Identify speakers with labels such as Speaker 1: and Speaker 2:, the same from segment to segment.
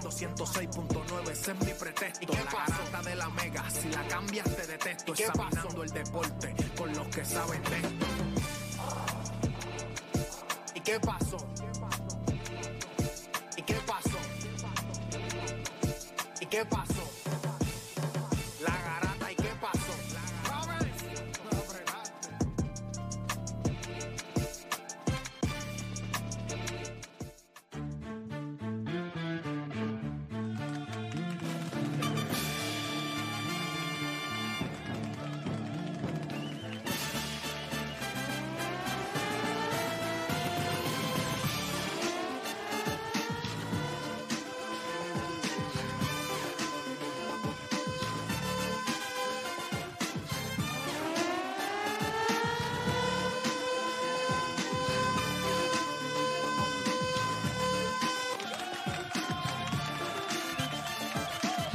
Speaker 1: 106.9, ese es mi pretexto. ¿Y qué la garata de la mega, si la cambias te detesto. ¿Y qué Examinando el deporte con los que saben de esto. ¿Y qué pasó? ¿Y qué pasó? ¿Y qué pasó? La garata, ¿y qué pasó? La garata. Me lo fregaste.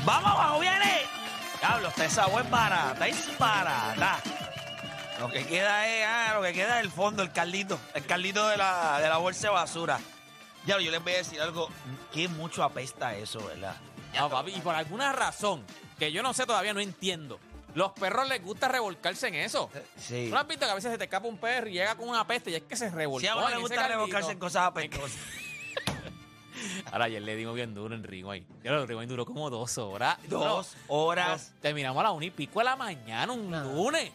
Speaker 2: Vamos abajo, viene. Diablo, está esa agua es barata, es barata. Lo que queda es, ah, lo que queda es el fondo, el Carlito, el Carlito de la, de la bolsa de basura. Diablo, yo les voy a decir algo, que mucho apesta eso, ¿verdad?
Speaker 3: No, papi, y por alguna razón que yo no sé todavía, no entiendo. Los perros les gusta revolcarse en eso.
Speaker 2: Eh, Sí.
Speaker 3: ¿Tú no has visto que a veces se te escapa un perro y llega con una peste y es que se revolcó?
Speaker 2: Si a uno
Speaker 3: en
Speaker 2: le
Speaker 3: ese
Speaker 2: gusta
Speaker 3: caldito?
Speaker 2: revolcarse en cosas apestosas.
Speaker 3: Ahora ayer le dimos bien duro en Ringo ahí. Yo lo Ringo duró como dos horas.
Speaker 2: Dos
Speaker 3: No,
Speaker 2: horas.
Speaker 3: no, terminamos a la una y pico de la mañana, un lunes.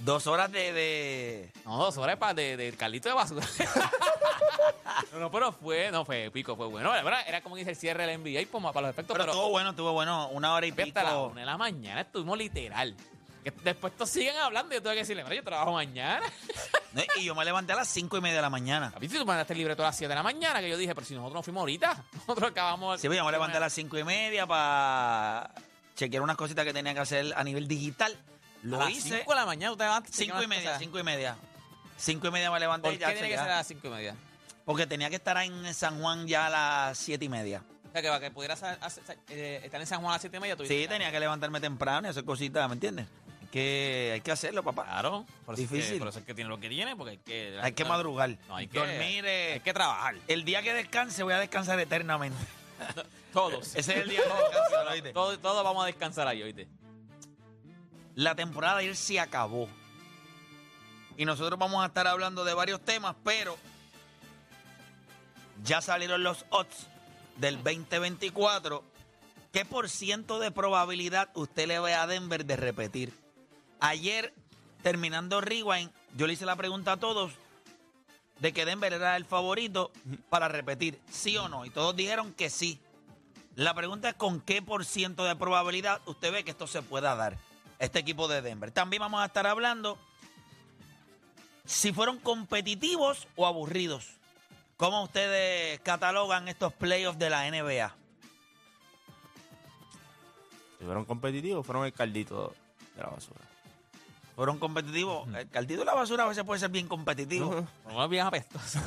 Speaker 2: Dos horas de, de-
Speaker 3: No, dos horas para de, del Carlito de basura. no, no, pero fue, no fue pico, fue bueno. La verdad, era como que dice el cierre del NBA como pues, para los efectos,
Speaker 2: Pero, estuvo bueno, estuvo bueno. Una hora y
Speaker 3: Fui hasta la
Speaker 2: pico.
Speaker 3: una de la mañana estuvimos literal. Que después todos siguen hablando y yo tuve que decirle, mira, yo trabajo mañana.
Speaker 2: No, y yo me levanté a las cinco y media de la mañana.
Speaker 3: ¿Viste? Tú mandaste el libreto a las 7 de la mañana, que yo dije, pero si nosotros no fuimos ahorita, nosotros acabamos...
Speaker 2: Sí, pues yo me levanté a las cinco y media para chequear unas cositas que tenía que hacer a nivel digital. Lo
Speaker 3: A las
Speaker 2: hice.
Speaker 3: 5 de la mañana, usted levanta...
Speaker 2: Cinco y media,
Speaker 3: cinco
Speaker 2: cinco y media. Cinco y media me levanté
Speaker 3: ¿Por
Speaker 2: y
Speaker 3: qué
Speaker 2: ya
Speaker 3: tiene que
Speaker 2: llegué.
Speaker 3: ser a las 5 y media?
Speaker 2: Porque tenía que estar en San Juan ya a las siete y media.
Speaker 3: O sea, que para que pudieras a- a- eh, estar en San Juan a las 7 y media, tú
Speaker 2: Sí, tenía que levantarme temprano y hacer cositas, ¿me entiendes? Hay Que hay que hacerlo, papá.
Speaker 3: Claro, por eso, Es
Speaker 2: Difícil.
Speaker 3: que, por eso es que tiene lo que tiene, porque hay que...
Speaker 2: Hay que madrugar.
Speaker 3: No, hay que...
Speaker 2: Dormir. eh,
Speaker 3: Hay que trabajar.
Speaker 2: El día que descanse voy a descansar eternamente.
Speaker 3: Todos.
Speaker 2: Ese es el día que descanso, ¿lo oíste?
Speaker 3: todos, todos vamos a descansar ahí, oíste.
Speaker 2: La temporada de ayer se acabó. Y nosotros vamos a estar hablando de varios temas, pero ya salieron los odds del 2024. ¿Qué por ciento de probabilidad usted le ve a Denver de repetir? Ayer, terminando Rewind, yo le hice la pregunta a todos de que Denver era el favorito para repetir, ¿sí o no? Y todos dijeron que sí. La pregunta es con qué por ciento de probabilidad usted ve que esto se pueda dar, este equipo de Denver. También vamos a estar hablando si fueron competitivos o aburridos. ¿Cómo ustedes catalogan estos playoffs de la NBA?
Speaker 4: Si fueron competitivos, fueron el caldito de la basura.
Speaker 2: ¿Fueron competitivos? El caldito de la basura a veces puede ser bien competitivo.
Speaker 3: Vamos bien apestosos.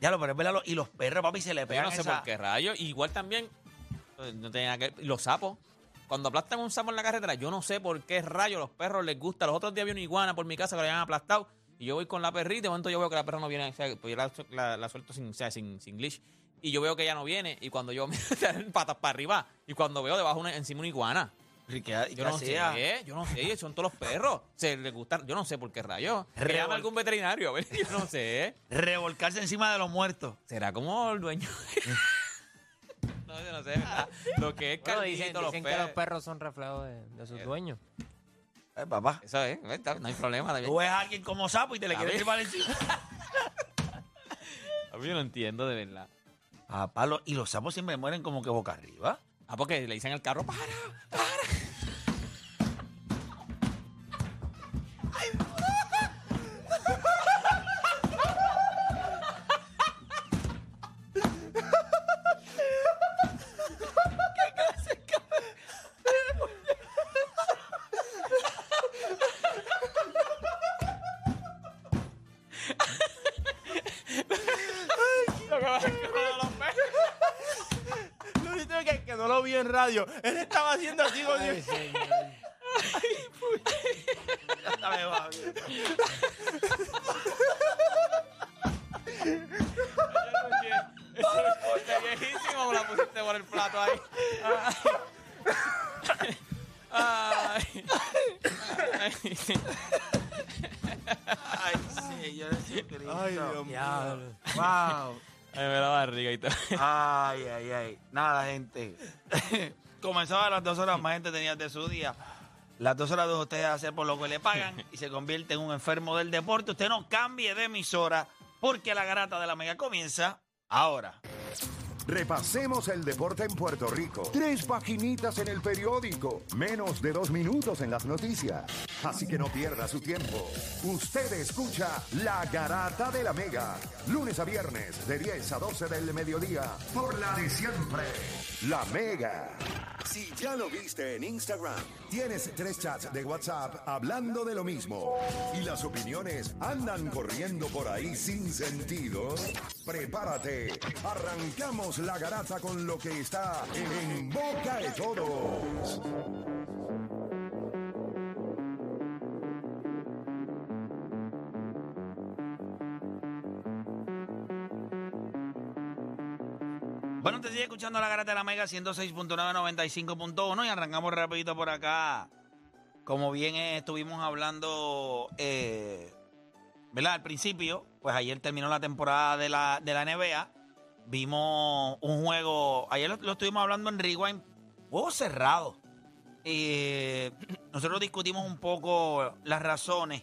Speaker 2: Ya lo, pero es verdad, lo- y los perros, papi, se le
Speaker 3: Yo
Speaker 2: pegan
Speaker 3: no sé
Speaker 2: esa-
Speaker 3: por qué rayos. Igual también, eh, no tenía que- los sapos. Cuando aplastan un sapo en la carretera, yo no sé por qué rayos los perros les gusta. Los otros días vi una iguana por mi casa que la habían aplastado. Y yo voy con la perrita y de momento yo veo que la perra no viene. O sea, pues yo la, la- la suelto sin, o sea, sin, sin glitch. Y yo veo que ella no viene. Y cuando yo me dan patas para arriba. Y cuando veo debajo una- encima una iguana.
Speaker 2: ¿Y qué- y qué
Speaker 3: Yo no
Speaker 2: hacía?
Speaker 3: sé, yo no sé, son todos los perros. Se les gustan, yo no sé por qué rayos.
Speaker 2: Revol-
Speaker 3: Que llame algún veterinario, a ver, yo no sé.
Speaker 2: Revolcarse encima de los muertos.
Speaker 3: Será como el dueño. no, yo no sé, ¿verdad? Lo que es
Speaker 5: Bueno,
Speaker 3: caldito,
Speaker 5: dicen
Speaker 3: los Eh,
Speaker 5: dicen que
Speaker 3: perros.
Speaker 5: los perros son reflejos de, de sus dueños.
Speaker 2: Ay, papá.
Speaker 3: Eso es, ¿verdad? no hay problema.
Speaker 2: Tú
Speaker 3: También.
Speaker 2: ves a alguien como sapo y te le
Speaker 3: A
Speaker 2: quieres
Speaker 3: ver.
Speaker 2: llevar encima.
Speaker 3: A mí yo no entiendo, de verdad.
Speaker 2: A Ah, palo. Y los sapos siempre mueren como que boca arriba.
Speaker 3: Ah, porque le dicen al carro, para, para.
Speaker 4: Lo único que, que no lo vi en radio. Él estaba haciendo así con
Speaker 3: Está viejísimo, la pusiste por el plato ahí. Ay. Ay.
Speaker 2: Ay, señor Jesucristo.
Speaker 4: Ay, Dios mío.
Speaker 5: Diablo.
Speaker 2: Wow.
Speaker 3: Ay, me la barriga y todo.
Speaker 2: Ay, ay, ay. Nada, gente. Comenzaba a las dos horas más gente tenía de su día. Las dos horas de ustedes hacer por lo que le pagan y se convierte en un enfermo del deporte. Usted no cambie de emisora porque la garata de la mega comienza ahora.
Speaker 6: Repasemos el deporte en Puerto Rico. Tres paginitas en el periódico. Menos de dos minutos en las noticias. Así que no pierda su tiempo. Usted escucha La Garata de la Mega. Lunes a viernes de 10 a 12 del mediodía. Por la de siempre. La Mega. Si ya lo viste en Instagram, tienes tres chats de WhatsApp hablando de lo mismo y las opiniones andan corriendo por ahí sin sentido, prepárate. Arrancamos la garata con lo que está en boca de todos.
Speaker 2: Bueno, te sigue escuchando la garata de la mega 106.995.1 y arrancamos rapidito por acá. Como bien eh, estuvimos hablando, eh, ¿verdad? Al principio, pues ayer terminó la temporada de la, de la NBA. Vimos un juego, ayer lo, lo estuvimos hablando en Rewind, juego cerrado. Eh, nosotros discutimos un poco las razones.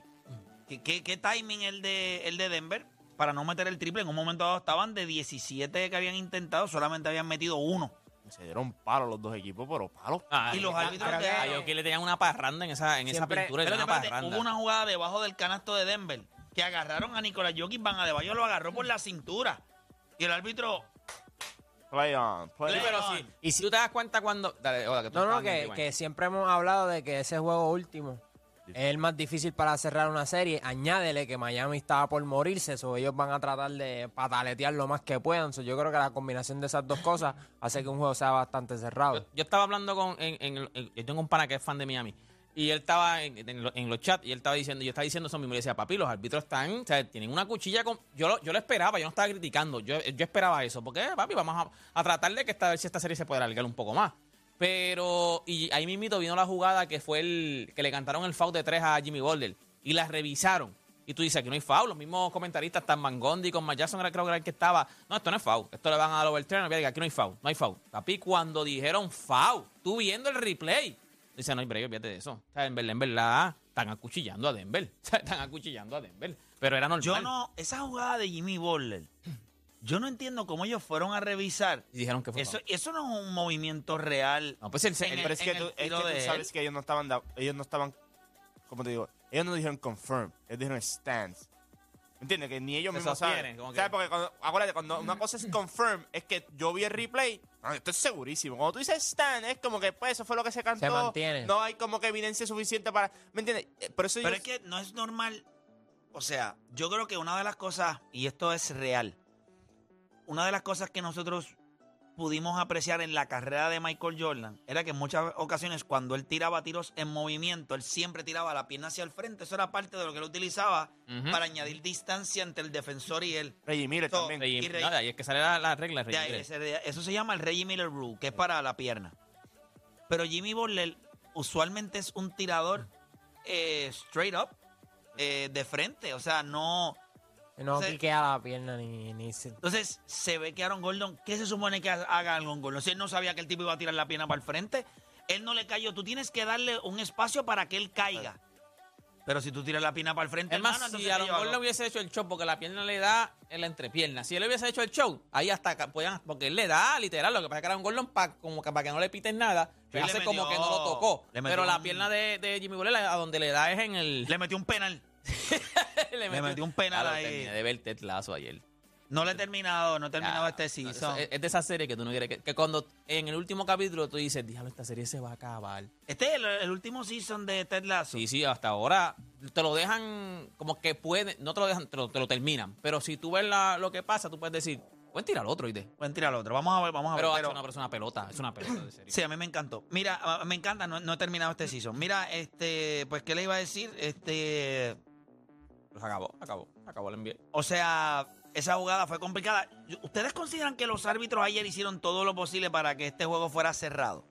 Speaker 2: ¿Qué, qué, qué timing el de, el de Denver para no meter el triple? En un momento dado estaban de 17 que habían intentado, solamente habían metido uno.
Speaker 4: Se dieron palos los dos equipos, pero palos.
Speaker 3: Ay,
Speaker 2: Y los árbitros
Speaker 3: a-
Speaker 2: de-
Speaker 3: a Jokic le tenían una parranda en esa, en esa
Speaker 5: Siempre-
Speaker 3: pintura. le
Speaker 2: Espérate,
Speaker 3: tenían una
Speaker 2: espérate,
Speaker 3: parranda.
Speaker 2: Hubo una jugada debajo del canasto de Denver que agarraron a Nicolás Jokic, Van Adebayo lo agarró por la cintura. Y el árbitro,
Speaker 4: Play on, play
Speaker 3: Sí,
Speaker 4: on.
Speaker 3: pero sí. Y si tú te das cuenta cuando. Dale, hola, que tú
Speaker 5: No, no,
Speaker 3: estabas en
Speaker 5: que,
Speaker 3: el rewind.
Speaker 5: que siempre hemos hablado de que ese juego último es el más difícil para cerrar una serie. Añádele que Miami estaba por morirse, so ellos van a tratar de pataletear lo más que puedan. So yo creo que la combinación de esas dos cosas hace que un juego sea bastante cerrado.
Speaker 3: Yo, yo estaba hablando con. En, en- en- yo tengo un pana que es fan de Miami. Y él estaba en, en lo- en los chats y él estaba diciendo, yo estaba diciendo eso mismo. Y le decía, papi, los árbitros están, o sea, tienen una cuchilla con. Yo lo, yo lo esperaba, yo no estaba criticando. Yo, yo esperaba eso. Porque, eh, papi, vamos a, a tratar de que esta, a ver si esta serie se puede alargar un poco más. Pero. Y ahí mismito vino la jugada que fue el. que le cantaron el foul de tres a Jimmy Butler. Y la revisaron. Y tú dices, aquí no hay foul. Los mismos comentaristas, tan Mangondi con Mike Jackson, era- creo que era el que estaba. No, esto no es foul. Esto le van a dar overturn. Mira, Aquí no hay foul. No hay foul. Papi, cuando dijeron foul, tú viendo el replay, dice, no hay break, olvídate de eso. O sea, en verdad, en verdad, están acuchillando a Denver. O sea, están acuchillando a Denver. Pero era normal.
Speaker 2: yo no, esa jugada de Jimmy Butler, yo no entiendo cómo ellos fueron a revisar.
Speaker 3: Y dijeron que fue
Speaker 2: Eso,
Speaker 3: foul.
Speaker 2: eso no es un movimiento real.
Speaker 3: No, pues el,
Speaker 2: en
Speaker 4: Pero es que,
Speaker 2: en
Speaker 4: tú,
Speaker 2: el
Speaker 4: es que
Speaker 2: tiro
Speaker 4: tú
Speaker 2: de él.
Speaker 4: sabes que ellos no estaban, da- ellos no estaban, como te digo, ellos no dijeron confirm, ellos dijeron stance. ¿Me entiendes? Que ni ellos
Speaker 3: Se
Speaker 4: mismos
Speaker 3: sostienen,
Speaker 4: saben.
Speaker 3: como que-
Speaker 4: ¿Sabes? Porque cuando, acuérdate, cuando una cosa es confirm, es que yo vi el replay, ah, esto es segurísimo. Cuando tú dices stand, es como que pues eso fue lo que se cantó.
Speaker 5: mantiene.
Speaker 4: No hay como que evidencia suficiente para. ¿Me entiendes? Eh, Por eso
Speaker 2: Pero
Speaker 4: ellos-
Speaker 2: es que no es normal. O sea, yo creo que una de las cosas, y esto es real, una de las cosas que nosotros pudimos apreciar en la carrera de Michael Jordan era que en muchas ocasiones cuando él tiraba tiros en movimiento, él siempre tiraba la pierna hacia el frente. Eso era parte de lo que él utilizaba
Speaker 3: Ujú.
Speaker 2: para añadir distancia entre el defensor y él.
Speaker 4: Reggie Miller
Speaker 2: So,
Speaker 4: también.
Speaker 3: Reggie-
Speaker 2: y Reggie-
Speaker 3: no, de ahí es que sale la, la regla.
Speaker 2: De
Speaker 3: Reggie
Speaker 2: ahí,
Speaker 3: Miller.
Speaker 2: ese de- eso se llama el Reggie Miller Rule, que es para la pierna. Pero Jimmy Butler usualmente es un tirador eh, straight up, eh, de frente. O sea, no...
Speaker 5: No
Speaker 2: Sí.
Speaker 5: piquea la pierna ni, ni se-
Speaker 2: Entonces se ve que Aaron Gordon, ¿qué se supone que haga Aaron Gordon? Si él no sabía que el tipo iba a tirar la pierna para el frente, él no le cayó. Tú tienes que darle un espacio para que él caiga. Pero si tú tiras la pina para el frente,
Speaker 3: Es más,
Speaker 2: hermano,
Speaker 3: si
Speaker 2: entonces
Speaker 3: a
Speaker 2: te
Speaker 3: lo
Speaker 2: lleva
Speaker 3: mejor le
Speaker 2: gol.
Speaker 3: hubiese hecho el show, porque la pierna le da en la entrepierna. Si él le hubiese hecho el show, ahí hasta ca- podían, porque él le da literal, lo que pasa es que era un golón pa- como que- para que no le piten nada,
Speaker 2: Sí, le
Speaker 3: él hace
Speaker 2: metió-
Speaker 3: como que no lo tocó.
Speaker 2: le metió
Speaker 3: Pero la
Speaker 2: un-
Speaker 3: pierna de, de Jimmy Bolella, a donde le da es en el.
Speaker 2: le metió un penal.
Speaker 3: le
Speaker 2: metió un penal
Speaker 3: Claro,
Speaker 2: ahí.
Speaker 3: terminé de ver Ted Lasso ayer.
Speaker 2: No le he terminado, no he terminado
Speaker 3: Ya,
Speaker 2: este
Speaker 3: no,
Speaker 2: season.
Speaker 3: eso- es, es de esa serie que tú no quieres que, que cuando en el último capítulo tú dices, diablo, esta serie se va a acabar.
Speaker 2: Este es el, el último season de Ted Lasso.
Speaker 3: Sí, sí, hasta ahora te lo dejan como que pueden, no te lo dejan, te lo, te lo terminan. Pero si tú ves la- lo que pasa, tú puedes decir, pueden tirar al otro, ¿oíste?
Speaker 2: Pueden tirar al otro. Vamos a ver, vamos a
Speaker 3: Pero, ah,
Speaker 2: ver.
Speaker 3: es una persona pelota, es una pelota de serie.
Speaker 2: Sí, a mí me encantó. Mira, a- me encanta, no, no he terminado este season. Mira, este, pues, ¿qué le iba a decir? Este,
Speaker 3: Pues acabó, acabó, acabó el envío.
Speaker 2: o sea, esa jugada fue complicada. ¿Ustedes consideran que los árbitros ayer hicieron todo lo posible para que este juego fuera cerrado?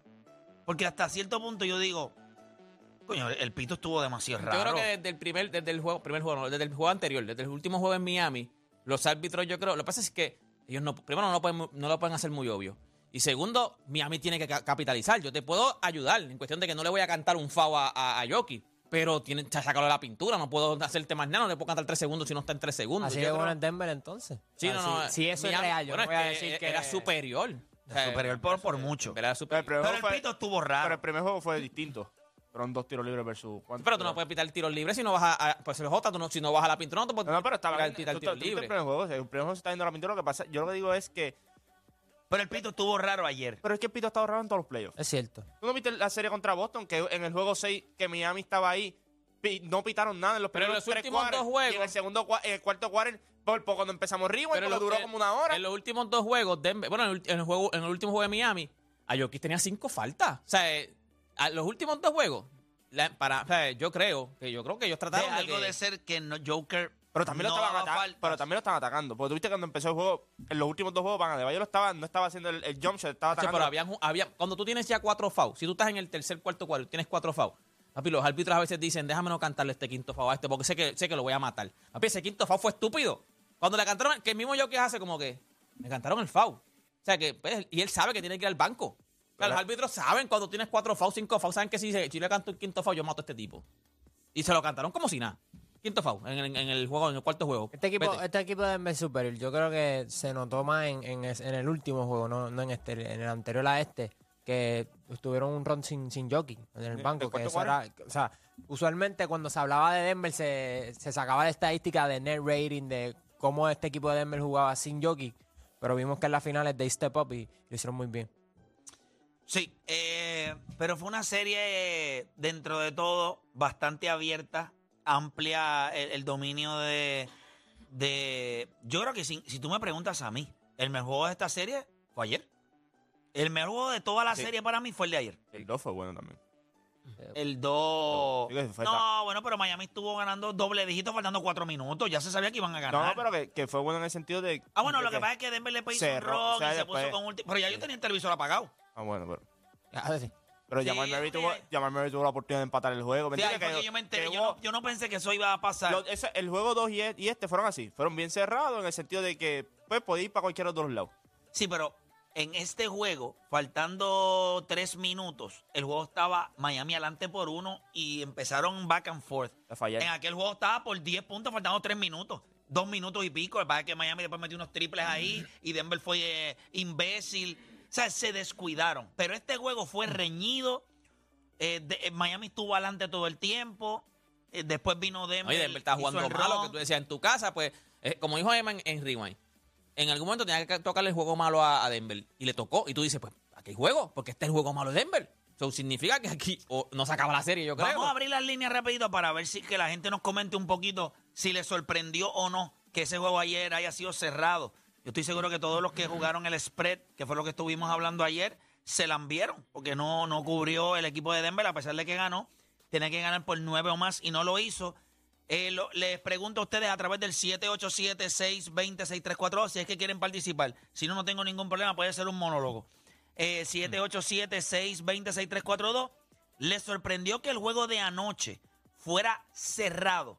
Speaker 2: Porque hasta cierto punto yo digo, coño, el pito estuvo demasiado
Speaker 3: Yo
Speaker 2: raro.
Speaker 3: creo que desde el primer, desde el juego, primer juego, no, desde el juego anterior, desde el último juego en Miami, los árbitros, yo creo, lo que pasa es que ellos no, primero no lo pueden, no lo pueden hacer muy obvio. Y segundo, Miami tiene que ca- capitalizar. Yo te puedo ayudar en cuestión de que no le voy a cantar un FAO a, a, a Yoki, pero tienen, sacarlo de la pintura, no puedo hacerte más nada, no le puedo cantar tres segundos si no está en tres segundos.
Speaker 5: Así
Speaker 3: Yo
Speaker 5: que
Speaker 3: creo-
Speaker 5: bueno en Denver entonces.
Speaker 3: Sí, no,
Speaker 5: Así-
Speaker 3: no,
Speaker 5: Si eso
Speaker 3: Miami-
Speaker 5: es real, yo
Speaker 3: bueno,
Speaker 5: no voy a
Speaker 3: es que e-
Speaker 5: decir que
Speaker 3: era superior. O sea,
Speaker 2: Superior por,
Speaker 3: eh,
Speaker 2: por mucho.
Speaker 3: Era superior.
Speaker 4: Pero el
Speaker 2: Pero
Speaker 4: juego
Speaker 2: el
Speaker 4: fue-
Speaker 2: pito estuvo
Speaker 4: Pero
Speaker 2: raro.
Speaker 4: el primer juego fue distinto. Fueron dos tiros libres versus cuántos.
Speaker 3: Pero tú no puedes pitar tiros libres si no vas a, a- pues el J, tú no, si no vas a la pintura, no te puedes
Speaker 4: No, no, pero estaba
Speaker 3: pitar,
Speaker 4: bien.
Speaker 3: pitar
Speaker 4: Tú- tú-
Speaker 3: tiros
Speaker 4: tú viste
Speaker 3: libres.
Speaker 4: El primer juego, o sea, el primer juego se está viendo la pintura. Lo que pasa, yo lo que digo es que.
Speaker 2: Pero el pito estuvo raro ayer.
Speaker 4: Pero es que el pito está ahorrado en todos los playoffs.
Speaker 5: Es cierto.
Speaker 4: ¿Tú no viste la serie contra Boston? Que en el juego 6, que Miami estaba ahí, pi- no pitaron nada en los
Speaker 3: Pero en
Speaker 4: primeros
Speaker 3: los
Speaker 4: tres
Speaker 3: últimos
Speaker 4: quarters,
Speaker 3: dos juegos-
Speaker 4: Y en el, segundo, cua- en el cuarto quarter, por poco cuando empezamos Rewind,
Speaker 3: en
Speaker 4: porque
Speaker 3: los-
Speaker 4: duró
Speaker 3: en-
Speaker 4: como una hora.
Speaker 3: En los últimos dos juegos, Denver- bueno, en el, en el juego, en el último juego de Miami, a Jokic tenía cinco faltas. O sea, eh, a los últimos dos juegos, la- para, o sea, yo creo que yo creo que ellos
Speaker 2: De
Speaker 3: trataron de,
Speaker 2: algo
Speaker 3: que-
Speaker 2: de ser que no- Joker
Speaker 4: Pero también,
Speaker 2: no
Speaker 4: lo estaban
Speaker 2: daba
Speaker 4: ata-
Speaker 2: faltas.
Speaker 4: pero también lo estaban atacando. Porque tuviste cuando empezó el juego, en los últimos dos juegos, Van de lo estaba, no estaba haciendo el, el jump shot,
Speaker 3: O
Speaker 4: estaba
Speaker 3: sea,
Speaker 4: atacando.
Speaker 3: pero habían ju- había, cuando tú tienes ya cuatro fouls, si tú estás en el tercer, cuarto cuadro, tienes cuatro fouls. Papi, los árbitros a veces dicen, déjame no cantarle este quinto foul a este porque sé que, sé que lo voy a matar. Papi, ese quinto foul fue estúpido. Cuando le cantaron, que el mismo Jokic hace como que, me cantaron el foul. O sea, que, pues, y él sabe que tiene que ir al banco. O sea, los árbitros saben cuando tienes cuatro fouls, cinco fouls, saben que si, si le canto el quinto foul, yo mato a este tipo. Y se lo cantaron como si nada. Quinto foul en, en- en el juego, en el cuarto juego.
Speaker 5: Este equipo,
Speaker 3: Vete.
Speaker 5: este equipo de Denver superior, yo creo que se notó más en, en es- en el último juego, no, no en este, en el anterior a este, que estuvieron un ron sin, sin jockey en el
Speaker 4: el
Speaker 5: banco.
Speaker 4: cuarto
Speaker 5: que eso era- o sea, usualmente cuando se hablaba de Denver se, se sacaba la estadística de net rating, de cómo este equipo de Denver jugaba sin jockey, pero vimos que en las finales de Step Up y lo hicieron muy bien.
Speaker 2: Sí, eh, pero fue una serie eh, dentro de todo bastante abierta, amplia el, el dominio de, de... Yo creo que si, si tú me preguntas a mí, el mejor juego de esta serie fue ayer. El mejor juego de toda la
Speaker 4: Sí.
Speaker 2: serie para mí fue el de ayer.
Speaker 4: El 2 fue bueno también.
Speaker 2: El 2...
Speaker 4: Sí, que fue ta-
Speaker 2: No, bueno, pero Miami estuvo ganando doble dígito faltando cuatro minutos. Ya se sabía que iban a ganar.
Speaker 4: No, no, pero que, que fue bueno en el sentido de.
Speaker 2: Ah, bueno,
Speaker 4: de
Speaker 2: lo que pasa es que Denver le hizo un
Speaker 4: cerró,
Speaker 2: rock
Speaker 4: o sea,
Speaker 2: y se puso
Speaker 4: después-
Speaker 2: con último... Pero ya yo tenía el televisor apagado.
Speaker 4: Ah, bueno, pero.
Speaker 5: A ver, sí.
Speaker 4: Pero
Speaker 2: Ah, Sí,
Speaker 4: Jamal Murray
Speaker 2: porque-
Speaker 4: tuvo, Jamal Murray tuvo la oportunidad de empatar el juego. ¿me
Speaker 2: Sí, ahí
Speaker 4: entiendes?
Speaker 2: fue que
Speaker 4: Que-
Speaker 2: yo me enteré.
Speaker 4: que
Speaker 2: Yo
Speaker 4: hubo-
Speaker 2: no, yo no pensé que eso iba a pasar.
Speaker 4: Lo- ese- el juego 2 y, e- y este fueron así. Fueron bien cerrados en el sentido de que pues, podía ir para cualquiera de los lados.
Speaker 2: Sí, pero en este juego, faltando tres minutos, el juego estaba Miami adelante por uno y empezaron back and forth.
Speaker 4: La fallar.
Speaker 2: En aquel juego estaba por 10 puntos, faltando tres minutos. Dos minutos y pico. El que Miami después metió unos triples
Speaker 3: Mm.
Speaker 2: ahí y Denver fue eh, imbécil. O sea, se descuidaron. Pero este juego
Speaker 3: Mm.
Speaker 2: fue reñido. Eh, de- eh, Miami estuvo adelante todo el tiempo. Eh, después vino Denver.
Speaker 3: Oye, Denver está
Speaker 2: hizo
Speaker 3: jugando
Speaker 2: el
Speaker 3: malo,
Speaker 2: run.
Speaker 3: que tú decías en tu casa, pues, eh, como dijo Emma en, en Rewind, en algún momento tenía que tocarle el juego malo a, a Denver y le tocó. Y tú dices, pues, aquí hay juego, porque este es el juego malo de Denver. Eso significa que aquí o no se acaba la serie, yo creo.
Speaker 2: Vamos a abrir las líneas rapidito para ver si que la gente nos comente un poquito si le sorprendió o no que ese juego ayer haya sido cerrado. Yo estoy seguro que todos los que jugaron el spread, que fue lo que estuvimos hablando ayer, se la vieron porque no, no cubrió el equipo de Denver a pesar de que ganó. Tenía que ganar por nueve o más y no lo hizo. Eh, lo- les pregunto a ustedes a través del 787-620-6342 si es que quieren participar. Si no, no tengo ningún problema, puede ser un monólogo. Eh, 787-620-6342. ¿Les sorprendió que el juego de anoche fuera cerrado?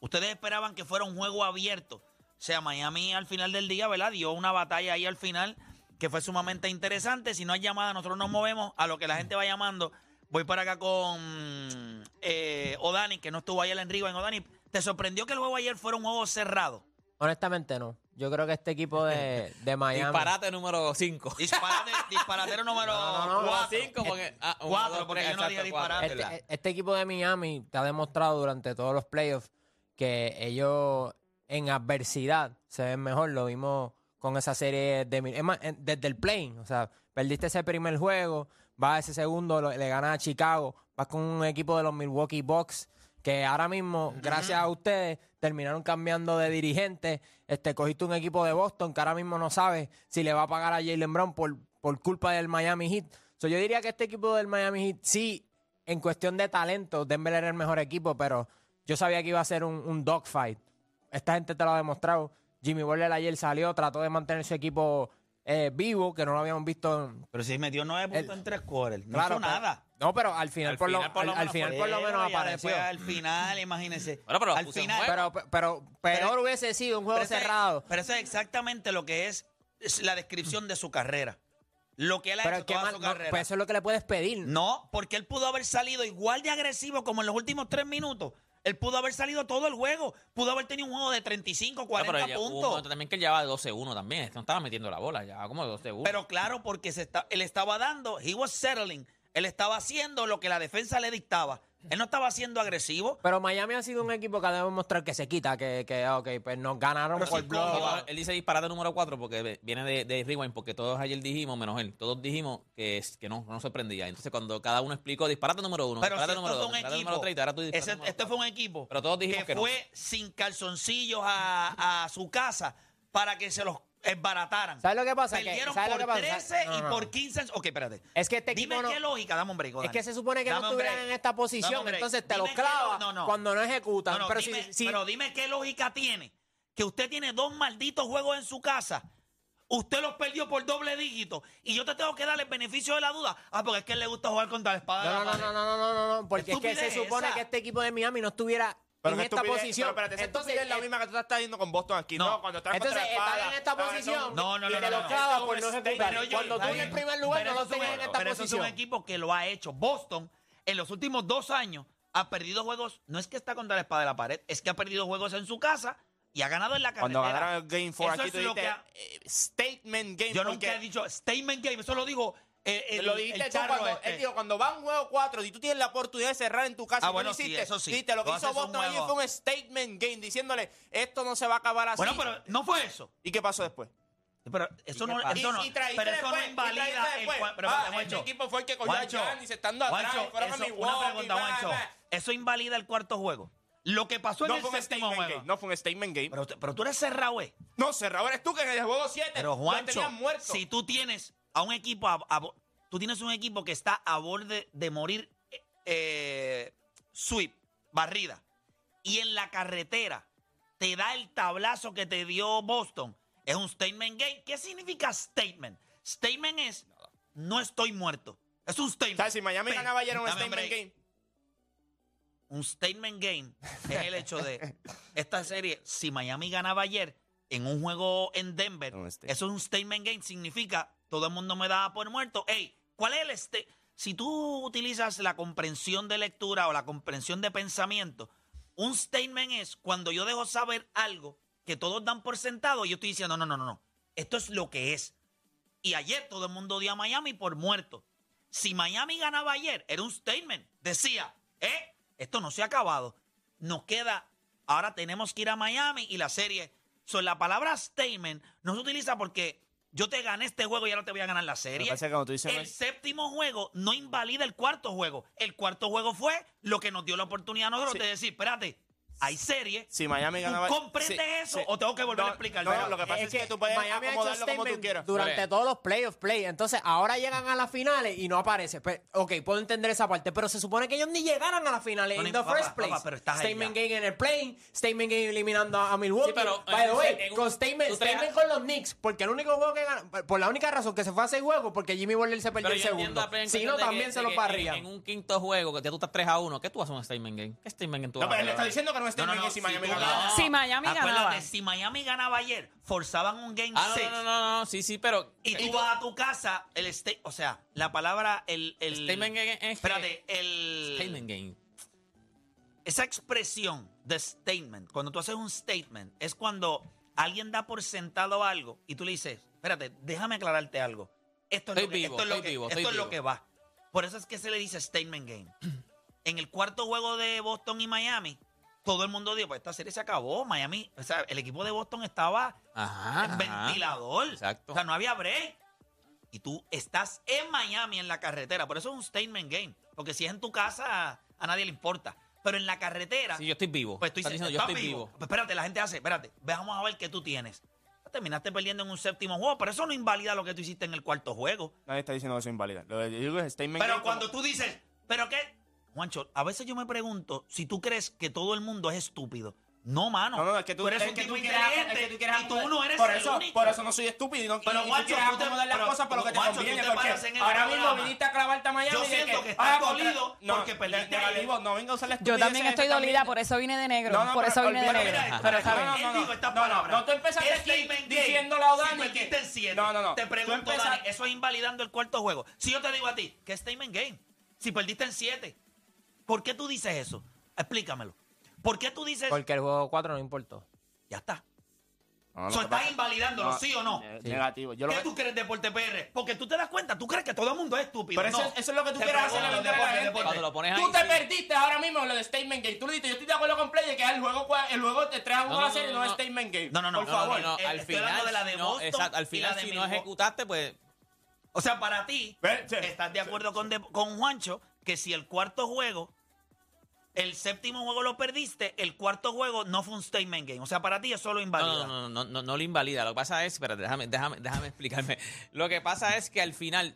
Speaker 2: Ustedes esperaban que fuera un juego abierto. O sea, Miami al final del día, ¿verdad? Dio una batalla ahí al final que fue sumamente interesante. Si no hay llamada, nosotros nos movemos a lo que la gente va llamando Voy para acá con eh, O'Dani, que no estuvo ayer en Riva. En O'Dani, ¿te sorprendió que el juego ayer fuera un juego cerrado?
Speaker 5: Honestamente, no. Yo creo que este equipo de, de Miami.
Speaker 3: Disparate número 5.
Speaker 2: Disparate, disparatero número
Speaker 5: No, no, no, no,
Speaker 2: cuatro.
Speaker 3: Cinco, porque. ah, uno,
Speaker 2: Cuatro,
Speaker 3: dos,
Speaker 2: porque
Speaker 3: tres,
Speaker 2: yo no
Speaker 3: exacto,
Speaker 2: dije
Speaker 3: cuatro,
Speaker 2: disparate.
Speaker 3: ¿verdad?
Speaker 5: Este, este equipo de Miami te ha demostrado durante todos los playoffs que ellos en adversidad se ven mejor. Lo vimos con esa serie de Mil- es más, en- desde el plane. O sea, perdiste ese primer juego, vas a ese segundo, lo- le ganas a Chicago, vas con un equipo de los Milwaukee Bucks que ahora mismo, gracias a ustedes, terminaron cambiando de dirigente. Este, cogiste un equipo de Boston que ahora mismo no sabe si le va a pagar a Jalen Brown por, por culpa del Miami Heat. So, yo diría que este equipo del Miami Heat sí en cuestión de talento, Denver era el mejor equipo, pero yo sabía que iba a ser un, un dogfight. Esta gente te lo ha demostrado. Jimmy Butler ayer salió, trató de mantener su equipo eh, vivo, que no lo habíamos visto. en-
Speaker 2: Pero si metió nueve puntos
Speaker 5: El-
Speaker 2: en tres quarters, no
Speaker 5: Claro,
Speaker 2: hizo
Speaker 5: pero-
Speaker 2: nada.
Speaker 5: No, pero al final,
Speaker 3: Al
Speaker 5: por,
Speaker 3: final
Speaker 5: lo,
Speaker 3: por lo
Speaker 5: al- al
Speaker 3: menos
Speaker 5: final por lo
Speaker 2: Pero
Speaker 5: menos
Speaker 2: ya
Speaker 5: apareció.
Speaker 2: después, al final, imagínense.
Speaker 3: Bueno, pero lo
Speaker 2: al
Speaker 3: puso en
Speaker 2: final,
Speaker 3: juego.
Speaker 5: Pero, pero peor
Speaker 2: Pero-
Speaker 5: hubiese sido un juego
Speaker 2: Pero eso es-
Speaker 5: cerrado.
Speaker 2: pero eso es exactamente lo que es, es la descripción de su carrera. Lo que él ha
Speaker 5: Pero
Speaker 2: hecho
Speaker 5: qué
Speaker 2: toda
Speaker 5: mal,
Speaker 2: su
Speaker 5: no,
Speaker 2: carrera.
Speaker 5: pues eso es lo que le puedes pedir.
Speaker 2: No, porque él pudo haber salido igual de agresivo como en los últimos tres minutos. Él pudo haber salido todo el juego. Pudo haber tenido un juego de 35,
Speaker 3: No,
Speaker 2: 40
Speaker 3: pero ya- hubo un
Speaker 2: puntos.
Speaker 3: momento también que él llevaba 12-1 también. Este no estaba metiendo la bola, ya como 12-1.
Speaker 2: Pero claro, porque se está, él estaba dando, he was settling. Él estaba haciendo lo que la defensa le dictaba. Él no estaba siendo agresivo.
Speaker 5: Pero Miami ha sido un equipo que ha demostrado que se quita, que, que ok, pues nos ganaron
Speaker 2: Pero
Speaker 5: por
Speaker 2: sí,
Speaker 5: blowout.
Speaker 2: cómo va.
Speaker 3: Él dice disparate número 4 porque ve- viene de, de Rewind, porque todos ayer dijimos, menos él, todos dijimos que, es- que no, no sorprendía. Entonces, cuando cada uno explicó disparate número 1,
Speaker 2: Pero si
Speaker 3: disparate
Speaker 2: esto
Speaker 3: número
Speaker 2: fue
Speaker 3: 2,
Speaker 2: un
Speaker 3: disparate
Speaker 2: equipo.
Speaker 3: número 3, ahora tú disparate
Speaker 2: ese-
Speaker 3: número
Speaker 2: este
Speaker 3: cuatro.
Speaker 2: fue un equipo
Speaker 3: Pero todos dijimos que, no.
Speaker 2: fue sin calzoncillos a, a su casa para que se los esbarataran.
Speaker 5: ¿Sabes lo que pasa? Que-
Speaker 2: Perdieron
Speaker 5: ¿sabes lo
Speaker 2: por
Speaker 5: que pasa?
Speaker 2: 13
Speaker 5: No,
Speaker 2: y
Speaker 5: no.
Speaker 2: por 15. Ok, espérate.
Speaker 5: Es que este
Speaker 2: Dime
Speaker 5: equipo no-
Speaker 2: qué lógica, dame un break.
Speaker 5: Es
Speaker 2: Dani.
Speaker 5: que se supone que
Speaker 2: Dame
Speaker 5: no
Speaker 2: un
Speaker 5: estuvieran
Speaker 2: break.
Speaker 5: en esta
Speaker 2: Dame
Speaker 5: posición,
Speaker 2: un break.
Speaker 5: entonces te
Speaker 2: Dime
Speaker 5: los
Speaker 2: qué lo-
Speaker 5: clava
Speaker 2: no, no.
Speaker 5: cuando no ejecutan.
Speaker 2: No, no,
Speaker 5: pero
Speaker 2: dime,
Speaker 5: si, si-
Speaker 2: pero dime qué lógica tiene que usted tiene dos malditos juegos en su casa. Usted los perdió por doble dígito y yo te tengo que dar el beneficio de la duda. Ah, porque es que él le gusta jugar contra la espada. de la
Speaker 5: no, no,
Speaker 2: pared.
Speaker 5: no, no, no, no, no, no, porque es que se
Speaker 2: Estupidez
Speaker 5: supone
Speaker 2: esa.
Speaker 5: que este equipo de Miami no estuviera
Speaker 4: Pero
Speaker 5: en
Speaker 4: que
Speaker 5: esta
Speaker 4: estupidez-
Speaker 5: posición.
Speaker 4: Pero espérate,
Speaker 5: entonces,
Speaker 4: entonces, es la
Speaker 5: eh,
Speaker 4: misma que tú te estás yendo con Boston aquí.
Speaker 2: No.
Speaker 4: No, cuando estás
Speaker 5: entonces
Speaker 4: contra la
Speaker 5: están en
Speaker 4: espada,
Speaker 5: esta
Speaker 4: ah,
Speaker 5: posición
Speaker 4: son-
Speaker 2: No, no,
Speaker 5: y
Speaker 2: no,
Speaker 5: te
Speaker 2: no,
Speaker 5: los
Speaker 2: no.
Speaker 5: clavas
Speaker 4: Eso
Speaker 5: por
Speaker 4: es
Speaker 5: no
Speaker 4: un
Speaker 5: ejecutar.
Speaker 4: stereotipo.
Speaker 5: Cuando tú
Speaker 2: está
Speaker 5: en el
Speaker 2: bien.
Speaker 5: primer lugar
Speaker 2: Pero
Speaker 5: no los
Speaker 2: eso es
Speaker 5: tengas
Speaker 2: un- e-
Speaker 5: en esta
Speaker 2: pero eso es un
Speaker 5: posición.
Speaker 2: equipo que lo ha hecho. Boston, en los últimos dos años, ha perdido juegos. No es que está contra la espada de la pared, es que ha perdido juegos en su casa y ha ganado en la carretera.
Speaker 4: Cuando ganaron el Game 4
Speaker 2: Eso
Speaker 4: aquí,
Speaker 2: es
Speaker 4: tú
Speaker 2: lo
Speaker 4: dijiste,
Speaker 2: que ha-
Speaker 4: eh, Statement Game.
Speaker 2: Yo
Speaker 4: porque-
Speaker 2: nunca he dicho statement game, eso lo digo eh, el,
Speaker 4: lo
Speaker 2: el
Speaker 4: dijiste tú
Speaker 2: charro
Speaker 4: cuando,
Speaker 2: este.
Speaker 4: él dijo, cuando va un juego 4 y tú tienes la oportunidad de cerrar en tu casa
Speaker 2: Ah,
Speaker 4: y tú
Speaker 2: bueno,
Speaker 4: lo
Speaker 2: sí,
Speaker 4: hiciste,
Speaker 2: eso sí.
Speaker 4: dijiste, lo que
Speaker 2: Lo
Speaker 4: hizo
Speaker 2: haces un
Speaker 4: Boston ayer
Speaker 2: juego.
Speaker 4: fue un statement game diciéndole esto no se va a acabar así.
Speaker 2: Bueno, pero no fue eso.
Speaker 4: ¿Y qué pasó después?
Speaker 2: Pero eso
Speaker 3: qué
Speaker 2: no,
Speaker 3: pasa?
Speaker 2: eso no,
Speaker 4: y, y trajiste
Speaker 2: pero eso
Speaker 4: después,
Speaker 2: no
Speaker 4: y trajiste
Speaker 2: invalida el
Speaker 4: después.
Speaker 2: cua- pero,
Speaker 4: Ah,
Speaker 2: espérate,
Speaker 4: este
Speaker 2: Juancho.
Speaker 4: equipo fue el que cogió
Speaker 2: Juancho,
Speaker 4: a Giannis estando atrás
Speaker 2: Juancho,
Speaker 4: y fueron
Speaker 2: eso-
Speaker 4: a Milwaukee.
Speaker 2: Una pregunta,
Speaker 4: bla,
Speaker 2: Juancho.
Speaker 4: bla.
Speaker 2: Eso invalida el cuarto juego. Lo que pasó
Speaker 4: No
Speaker 2: en
Speaker 4: fue
Speaker 2: el
Speaker 4: un
Speaker 2: séptimo
Speaker 4: statement
Speaker 2: juego.
Speaker 4: game. No fue un statement game.
Speaker 2: Pero, tú- pero tú eres cerrado, eh.
Speaker 4: no, cerrado eres tú que en el juego 7
Speaker 2: Pero
Speaker 4: lo
Speaker 2: Juancho,
Speaker 4: tenían muerto.
Speaker 2: si tú tienes a un equipo, a- a bo- tú tienes un equipo que está a borde de morir, eh, eh, sweep, barrida, y en la carretera te da el tablazo que te dio Boston, es un statement game. ¿Qué significa statement? Statement es no estoy muerto. Es un statement.
Speaker 4: ¿Sabes? Si Miami
Speaker 2: Ven,
Speaker 4: ganaba ayer un
Speaker 2: dame
Speaker 4: statement
Speaker 2: break.
Speaker 4: game.
Speaker 2: Un statement game es el hecho de esta serie. Si Miami ganaba ayer en un juego en Denver,
Speaker 4: Un statement.
Speaker 2: eso es un statement game. Significa todo el mundo me da por muerto. Ey, ¿cuál es el este? Si tú utilizas la comprensión de lectura o la comprensión de pensamiento, un statement es cuando yo dejo saber algo que todos dan por sentado y yo estoy diciendo, no, no, no, no. Esto es lo que es. Y ayer todo el mundo dio a Miami por muerto. Si Miami ganaba ayer, era un statement. Decía, eh, esto no se ha acabado. Nos queda, ahora tenemos que ir a Miami y la serie. So, la palabra statement no se utiliza porque yo te gané este juego y ahora te voy a ganar la serie.
Speaker 4: pasa es que cuando tú dices-
Speaker 2: el séptimo juego no invalida el cuarto juego. El cuarto juego fue lo que nos dio la oportunidad a nosotros
Speaker 4: Sí.
Speaker 2: de decir, espérate, hay serie.
Speaker 4: Si Miami
Speaker 2: ¿Tú
Speaker 4: ganaba...
Speaker 2: comprendes
Speaker 4: Sí,
Speaker 2: eso
Speaker 4: sí.
Speaker 2: o tengo que volver a
Speaker 4: No,
Speaker 2: explicarlo?
Speaker 4: No, lo que pasa es que tú puedes
Speaker 5: Miami ha hecho
Speaker 4: acomodarlo como tú
Speaker 5: statement
Speaker 4: quieras.
Speaker 5: durante
Speaker 3: Vale.
Speaker 5: todos los playoffs, play. Entonces, ahora llegan a las finales y no aparece. Pe- ok, puedo entender esa parte, pero se supone que ellos ni llegaron a las finales
Speaker 2: No,
Speaker 5: en
Speaker 2: ni-
Speaker 5: the
Speaker 2: papá,
Speaker 5: first place.
Speaker 2: papá, pero estás ahí
Speaker 5: statement
Speaker 2: ya.
Speaker 5: game en el play, statement game eliminando a a
Speaker 3: Sí,
Speaker 5: Milwaukee.
Speaker 3: pero,
Speaker 5: By the
Speaker 3: eh,
Speaker 5: way,
Speaker 3: en un-
Speaker 5: con statement,
Speaker 3: tú te-
Speaker 5: statement con los Knicks, porque el único juego que ganó, por la única razón que se fue a seis juegos, porque Jimmy Butler se perdió
Speaker 3: Pero
Speaker 5: el
Speaker 3: yo entiendo
Speaker 5: segundo.
Speaker 3: a Play en
Speaker 5: Si
Speaker 3: cuestión
Speaker 5: no,
Speaker 3: de que-
Speaker 5: también se
Speaker 3: de
Speaker 5: los
Speaker 3: que en-
Speaker 5: parrían.
Speaker 3: En un quinto juego que ya tú estás 3 a 1, ¿qué tú haces un statement game? ¿Qué statement game tú
Speaker 4: No, pero
Speaker 3: haces?
Speaker 4: él le está diciendo que no un
Speaker 2: No, no,
Speaker 4: statement
Speaker 2: no,
Speaker 4: que si Miami
Speaker 2: tú
Speaker 4: ganaba.
Speaker 2: ganas-
Speaker 7: Si Miami
Speaker 2: Acuérdate,
Speaker 7: ganaba.
Speaker 2: si Miami ganaba ayer, forzaban un game
Speaker 3: Ah, no,
Speaker 2: 6.
Speaker 3: no, no, no, no, sí, sí, pero.
Speaker 2: Y tú vas a tu casa, el state, o sea, la palabra, el. el
Speaker 3: Statement game es que-
Speaker 2: Espérate, el.
Speaker 3: Statement game.
Speaker 2: Esa expresión de statement, cuando tú haces un statement, es cuando alguien da por sentado algo y tú le dices, espérate, déjame aclararte algo. Esto es,
Speaker 3: Estoy
Speaker 2: lo que,
Speaker 3: vivo,
Speaker 2: esto es lo
Speaker 3: estoy
Speaker 2: que-
Speaker 3: vivo,
Speaker 2: esto
Speaker 3: estoy
Speaker 2: es lo
Speaker 3: vivo.
Speaker 2: que va. Por eso es que se le dice statement game. En el cuarto juego de Boston y Miami, todo el mundo dijo, pues esta serie se acabó, Miami, o sea, el equipo de Boston estaba
Speaker 3: Ajá.
Speaker 2: en
Speaker 3: ajá.
Speaker 2: Ah, ventilador.
Speaker 3: Exacto.
Speaker 2: O sea, no había break. Y tú estás en Miami en la carretera. Por eso es un statement game. Porque si es en tu casa, a nadie le importa. Pero en la carretera,
Speaker 3: Sí, yo estoy vivo.
Speaker 2: pues tú
Speaker 3: Estás
Speaker 2: dices,
Speaker 3: diciendo, yo
Speaker 2: "Estás
Speaker 3: estoy vivo.
Speaker 2: Pues espérate, la gente hace, espérate, vamos a ver qué tú tienes. Terminaste perdiendo en un séptimo juego, pero eso no invalida lo que tú hiciste en el cuarto juego.
Speaker 4: Nadie está diciendo que eso es inválida. Lo que yo digo es statement
Speaker 2: Pero
Speaker 4: game
Speaker 2: cuando
Speaker 4: como-
Speaker 2: tú dices, ¿pero qué? Juancho, a veces yo me pregunto si tú crees que todo el mundo es estúpido. No, mano.
Speaker 4: No, no, es que tú,
Speaker 2: eres
Speaker 4: es
Speaker 2: un
Speaker 4: que
Speaker 2: tipo
Speaker 4: tú quieres- es que
Speaker 2: inteligente
Speaker 4: tú quieres
Speaker 2: y tú no eres
Speaker 4: por
Speaker 2: el
Speaker 4: eso,
Speaker 2: único.
Speaker 4: Por eso no soy estúpido y no
Speaker 2: Pero,
Speaker 4: y- y
Speaker 2: guacho,
Speaker 4: tú quieres
Speaker 2: tú te-
Speaker 4: acomodar las
Speaker 2: pero,
Speaker 4: cosas por lo que te
Speaker 2: guacho, tú
Speaker 4: conviene.
Speaker 2: te
Speaker 4: porque
Speaker 2: paras en el
Speaker 4: ahora mismo
Speaker 2: programa.
Speaker 4: viniste a clavarte a Miami.
Speaker 2: Yo
Speaker 4: de
Speaker 2: siento que
Speaker 4: ah,
Speaker 2: estás
Speaker 4: contra-
Speaker 2: dolido
Speaker 4: no,
Speaker 2: porque perdiste
Speaker 4: ne-
Speaker 2: ayer.
Speaker 4: negativo, no venga a usar la
Speaker 7: Yo
Speaker 4: estupidez
Speaker 7: también
Speaker 4: esa
Speaker 7: estoy
Speaker 4: que están
Speaker 7: dolida,
Speaker 4: viendo.
Speaker 7: por eso vine de negro.
Speaker 4: No, no,
Speaker 7: por
Speaker 4: pero
Speaker 7: eso vine de
Speaker 4: olvídate
Speaker 7: negro.
Speaker 4: de eso.
Speaker 7: Pero
Speaker 4: Está
Speaker 7: está
Speaker 4: no,
Speaker 7: bien.
Speaker 4: no,
Speaker 2: Él
Speaker 4: no,
Speaker 2: dijo
Speaker 4: no.
Speaker 2: estas
Speaker 4: No, no,
Speaker 2: palabras.
Speaker 4: no, tú empezaste
Speaker 2: Es
Speaker 4: aquí
Speaker 2: statement
Speaker 4: diciéndole
Speaker 2: game.
Speaker 4: a Dani
Speaker 2: Si perdiste
Speaker 4: que-
Speaker 2: en siete.
Speaker 4: No, no, no.
Speaker 2: Te
Speaker 4: Tú
Speaker 2: pregunto,
Speaker 4: empezaste-
Speaker 2: Dani, eh, eso es invalidando el cuarto juego. Si yo te digo a ti, ¿qué es statement game? Si perdiste en siete. ¿Por qué tú dices eso? Explícamelo. ¿Por qué tú dices...
Speaker 5: Porque el juego 4 no importó.
Speaker 2: Ya está.
Speaker 4: No, no,
Speaker 2: Eso
Speaker 4: no,
Speaker 2: estás
Speaker 4: no,
Speaker 2: invalidándolo,
Speaker 4: no,
Speaker 2: ¿sí o no?
Speaker 4: eh, Negativo. Yo lo
Speaker 2: ¿Qué
Speaker 4: que-
Speaker 2: tú crees Deporte PR? Porque tú te das cuenta, tú crees que todo el mundo es estúpido.
Speaker 4: Pero eso-
Speaker 2: No.
Speaker 4: eso es lo que tú
Speaker 2: Te
Speaker 4: quieres hacer
Speaker 2: pregunto,
Speaker 4: vender a la
Speaker 2: deporte,
Speaker 4: gente.
Speaker 2: deporte.
Speaker 3: Cuando lo pones ahí.
Speaker 4: Tú te
Speaker 3: sí.
Speaker 4: perdiste ahora mismo en lo de Statement Game. Tú lo dijiste, yo estoy de acuerdo con Play de que el juego, cua- el juego de 3 a 1
Speaker 3: No, no,
Speaker 4: la serie
Speaker 3: no,
Speaker 4: no,
Speaker 3: no.
Speaker 4: es Statement Game.
Speaker 2: No, no, no,
Speaker 4: Por
Speaker 3: No, no,
Speaker 4: favor.
Speaker 3: no, no,
Speaker 2: Eh,
Speaker 3: al
Speaker 2: estoy
Speaker 3: final.
Speaker 2: hablando de la de
Speaker 3: no,
Speaker 2: Boston
Speaker 3: exacto, al
Speaker 2: y la
Speaker 3: final,
Speaker 2: de
Speaker 3: si no
Speaker 2: Milwaukee.
Speaker 3: ejecutaste, pues.
Speaker 2: O sea, para ti,
Speaker 4: Ve, sí,
Speaker 2: estás de
Speaker 4: sí,
Speaker 2: acuerdo con, de- con Juancho que si el cuarto juego, el séptimo juego lo perdiste, el cuarto juego no fue un statement game. O sea, para ti eso lo
Speaker 3: No,
Speaker 2: invalida.
Speaker 3: no, no, no, no, no lo invalida. Lo que pasa es, espérate, déjame, déjame, déjame explicarme. Lo que pasa es que al final,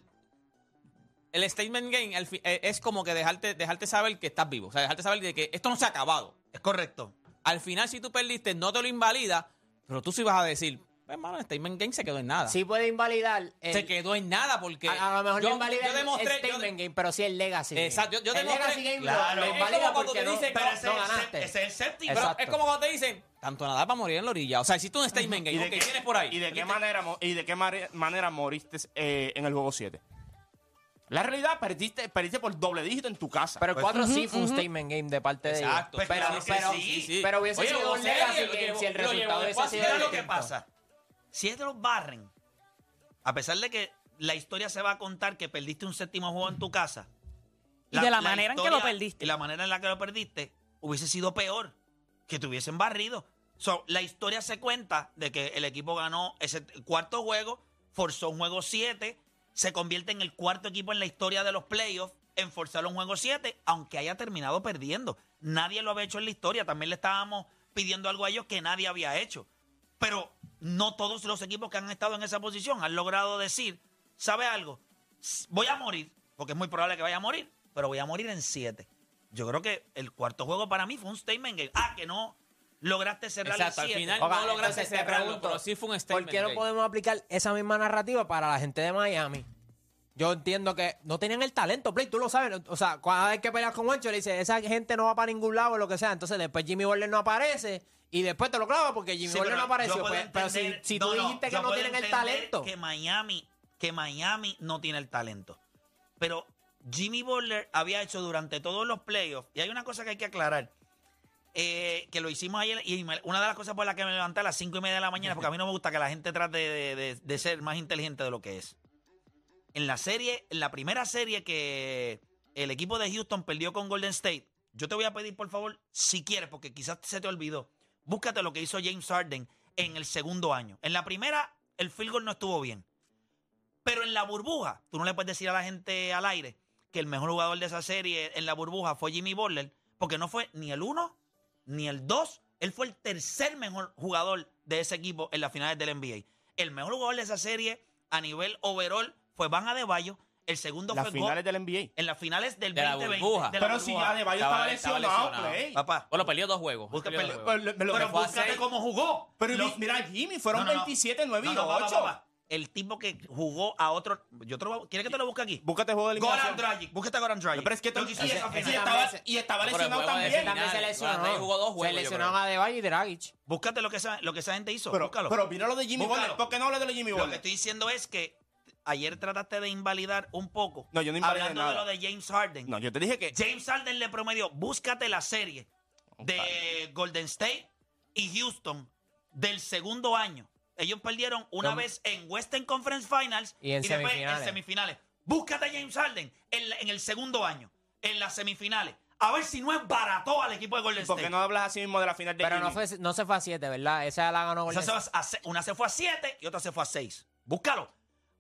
Speaker 3: el statement game al fi- eh, es como que dejarte, dejarte saber que estás vivo. O sea, dejarte saber de que esto no se ha acabado.
Speaker 2: Es correcto.
Speaker 3: Al final, si tú perdiste, no te lo invalida, pero tú sí vas a decir, hermano, el statement game se quedó en nada.
Speaker 5: Sí puede invalidar. el-
Speaker 3: se quedó en nada porque.
Speaker 5: a, a lo mejor
Speaker 3: yo,
Speaker 5: no invalida
Speaker 3: yo demostré-
Speaker 5: el
Speaker 3: yo-
Speaker 5: Statement Game, pero sí el Legacy. game.
Speaker 3: Exacto, yo- yo
Speaker 5: el
Speaker 3: demostré-
Speaker 5: Legacy Game lo-
Speaker 3: Claro.
Speaker 5: lo,
Speaker 3: Es como
Speaker 5: invalida
Speaker 3: cuando
Speaker 5: porque
Speaker 3: te
Speaker 5: no,
Speaker 3: dicen,
Speaker 5: no
Speaker 2: Pero ese, es el sép-
Speaker 5: ganaste.
Speaker 2: ese es el séptimo.
Speaker 3: Pero
Speaker 5: Exacto.
Speaker 3: es como cuando te dicen, tanto nadar para morir en la orilla. O sea, hiciste un statement game. ok, tienes por ahí.
Speaker 4: ¿Y de qué
Speaker 3: Perdiste.
Speaker 4: manera, mo- y de qué mare- manera moriste eh, en el juego 7? La realidad, perdiste, perdiste por doble dígito en tu casa.
Speaker 5: Pero el
Speaker 4: Pues,
Speaker 5: 4 sí fue un statement game de parte de ellos.
Speaker 3: Exacto.
Speaker 2: Pues
Speaker 5: Pero,
Speaker 2: claro que
Speaker 5: pero,
Speaker 2: sí,
Speaker 3: sí.
Speaker 5: pero hubiese
Speaker 3: Oye,
Speaker 5: sido
Speaker 3: o
Speaker 5: un
Speaker 3: sea,
Speaker 5: Legacy
Speaker 3: lo
Speaker 5: Game
Speaker 3: llevó-
Speaker 5: si el
Speaker 3: lo llevó
Speaker 5: resultado
Speaker 3: de
Speaker 5: hubiese
Speaker 3: fácil.
Speaker 5: sido
Speaker 2: Mira lo que
Speaker 5: distinto.
Speaker 2: pasa. Si es de los barren, a pesar de que la historia se va a contar que perdiste un séptimo juego en tu casa.
Speaker 7: Y de la manera en que lo perdiste.
Speaker 2: Y la manera en la que lo perdiste hubiese sido peor que te hubiesen barrido. So, la historia se cuenta de que el equipo ganó ese t- cuarto juego, forzó un juego 7, se convierte en el cuarto equipo en la historia de los playoffs en forzar un juego 7, aunque haya terminado perdiendo. Nadie lo había hecho en la historia. También le estábamos pidiendo algo a ellos que nadie había hecho. Pero no todos los equipos que han estado en esa posición han logrado decir, ¿sabe algo? S- Voy a morir, porque es muy probable que vaya a morir, pero voy a morir en siete. Yo creo que el cuarto juego para mí fue un statement game. Ah, que no lograste cerrar
Speaker 3: Exacto,
Speaker 2: el
Speaker 3: al
Speaker 2: siete.
Speaker 3: final
Speaker 5: Oiga,
Speaker 3: no lograste
Speaker 5: entonces te
Speaker 3: cerrarlo,
Speaker 5: pregunto,
Speaker 3: pero sí fue un
Speaker 5: ¿Por
Speaker 3: statement.
Speaker 5: qué no
Speaker 3: game.
Speaker 5: podemos aplicar esa misma narrativa para la gente de Miami? Yo entiendo que no tenían el talento, Play, tú lo sabes. O sea, cada vez que peleas con Wancho, le dice, esa gente no va para ningún lado o lo que sea. Entonces después Jimmy Butler no aparece y después te lo clava porque Jimmy
Speaker 2: Sí,
Speaker 5: Butler no
Speaker 2: pero
Speaker 5: apareció.
Speaker 2: yo puedo
Speaker 5: Pues, pero si,
Speaker 2: entender-
Speaker 5: si
Speaker 2: no,
Speaker 5: tú
Speaker 2: no,
Speaker 5: dijiste
Speaker 2: yo
Speaker 5: que no
Speaker 2: puedo
Speaker 5: tienen el
Speaker 2: entender
Speaker 5: talento.
Speaker 2: Que Miami, que Miami no tiene el talento. Pero Jimmy Butler había hecho durante todos los playoffs, y hay una cosa que hay que aclarar, eh, que lo hicimos ayer, y me- una de las cosas por las que me levanté a las cinco y media de la mañana, porque a mí no me gusta que la gente trate de, de- de ser más inteligente de lo que es. En la serie, en la primera serie que el equipo de Houston perdió con Golden State, yo te voy a pedir, por favor, si quieres, porque quizás se te olvidó, búscate lo que hizo James Harden en el segundo año. En la primera, el field goal no estuvo bien. Pero en la burbuja, tú no le puedes decir a la gente al aire que el mejor jugador de esa serie en la burbuja fue Jimmy Butler, porque no fue ni el uno, ni el dos. Él fue el tercer mejor jugador de ese equipo en las finales del NBA. El mejor jugador de esa serie a nivel overall fue Van Adebayo. El segundo
Speaker 4: Las
Speaker 2: fue
Speaker 4: finales
Speaker 2: Go-
Speaker 4: del NBA.
Speaker 2: en las finales del
Speaker 3: De la
Speaker 2: 2020.
Speaker 3: burbuja.
Speaker 2: de la
Speaker 4: Pero si
Speaker 2: burbuja.
Speaker 4: ya de Bayo
Speaker 3: Estaba-
Speaker 4: estaba
Speaker 3: estaba
Speaker 4: lesionado,
Speaker 3: lesionado.
Speaker 4: Play.
Speaker 2: Papá,
Speaker 3: Bueno, perdió dos juegos.
Speaker 2: busca-
Speaker 3: perdió dos
Speaker 2: pero-
Speaker 3: juegos.
Speaker 4: Pero- pero-
Speaker 2: pero
Speaker 4: pero-
Speaker 2: búscate cómo jugó.
Speaker 4: Pero
Speaker 2: Lo-
Speaker 4: mi- mira, Jimmy, fueron
Speaker 2: No, no, no.
Speaker 4: 27, 9 y
Speaker 2: No, no, papá,
Speaker 4: 8.
Speaker 2: papá. el tipo que jugó a otro. Yo te lo, ¿Quieres que te lo busque aquí?
Speaker 4: Búscate juego de
Speaker 2: Goran
Speaker 4: eliminación.
Speaker 2: Dragic. Búscate a Goran Dragic.
Speaker 4: Pero es que
Speaker 2: Yo
Speaker 4: tú-
Speaker 2: quisiera
Speaker 4: ese-
Speaker 2: esa
Speaker 4: ese
Speaker 2: final.
Speaker 4: estaba- y estaba lesionado también.
Speaker 3: También se lesionó. Jugó dos
Speaker 5: Se
Speaker 3: juegos. yo
Speaker 5: lesionaron
Speaker 3: creo.
Speaker 5: a Debay y Dragic.
Speaker 2: Búscate lo que, esa, lo que esa gente hizo.
Speaker 4: Pero,
Speaker 2: Búscalo.
Speaker 4: pero mira lo de Jimmy
Speaker 2: Búscalo.
Speaker 4: Butler. ¿Por qué no hablas de lo de Jimmy
Speaker 2: Lo que
Speaker 4: Butler?
Speaker 2: estoy diciendo es que ayer trataste de invalidar un poco.
Speaker 4: No, yo no invalidé
Speaker 2: Hablando
Speaker 4: nada.
Speaker 2: de lo de James Harden.
Speaker 4: No, yo te dije que.
Speaker 2: James Harden le promedió, búscate la serie de Golden State y Houston del segundo año. Ellos perdieron una
Speaker 5: Lo-
Speaker 2: vez en Western Conference Finals
Speaker 5: Y en
Speaker 2: después
Speaker 5: semifinales.
Speaker 2: en semifinales. Búscate a James Harden en, la- en el segundo año, en las semifinales. A ver si no es barato al equipo de Golden
Speaker 4: ¿Por
Speaker 2: State.
Speaker 4: qué no hablas así mismo de la final de
Speaker 5: Pero no,
Speaker 4: Jimmy?
Speaker 5: fue, no se fue a 7, ¿verdad? Esa la ganó
Speaker 2: O sea,
Speaker 5: Golden
Speaker 2: se va a se- una se fue a 7 y otra se fue a 6. Búscalo.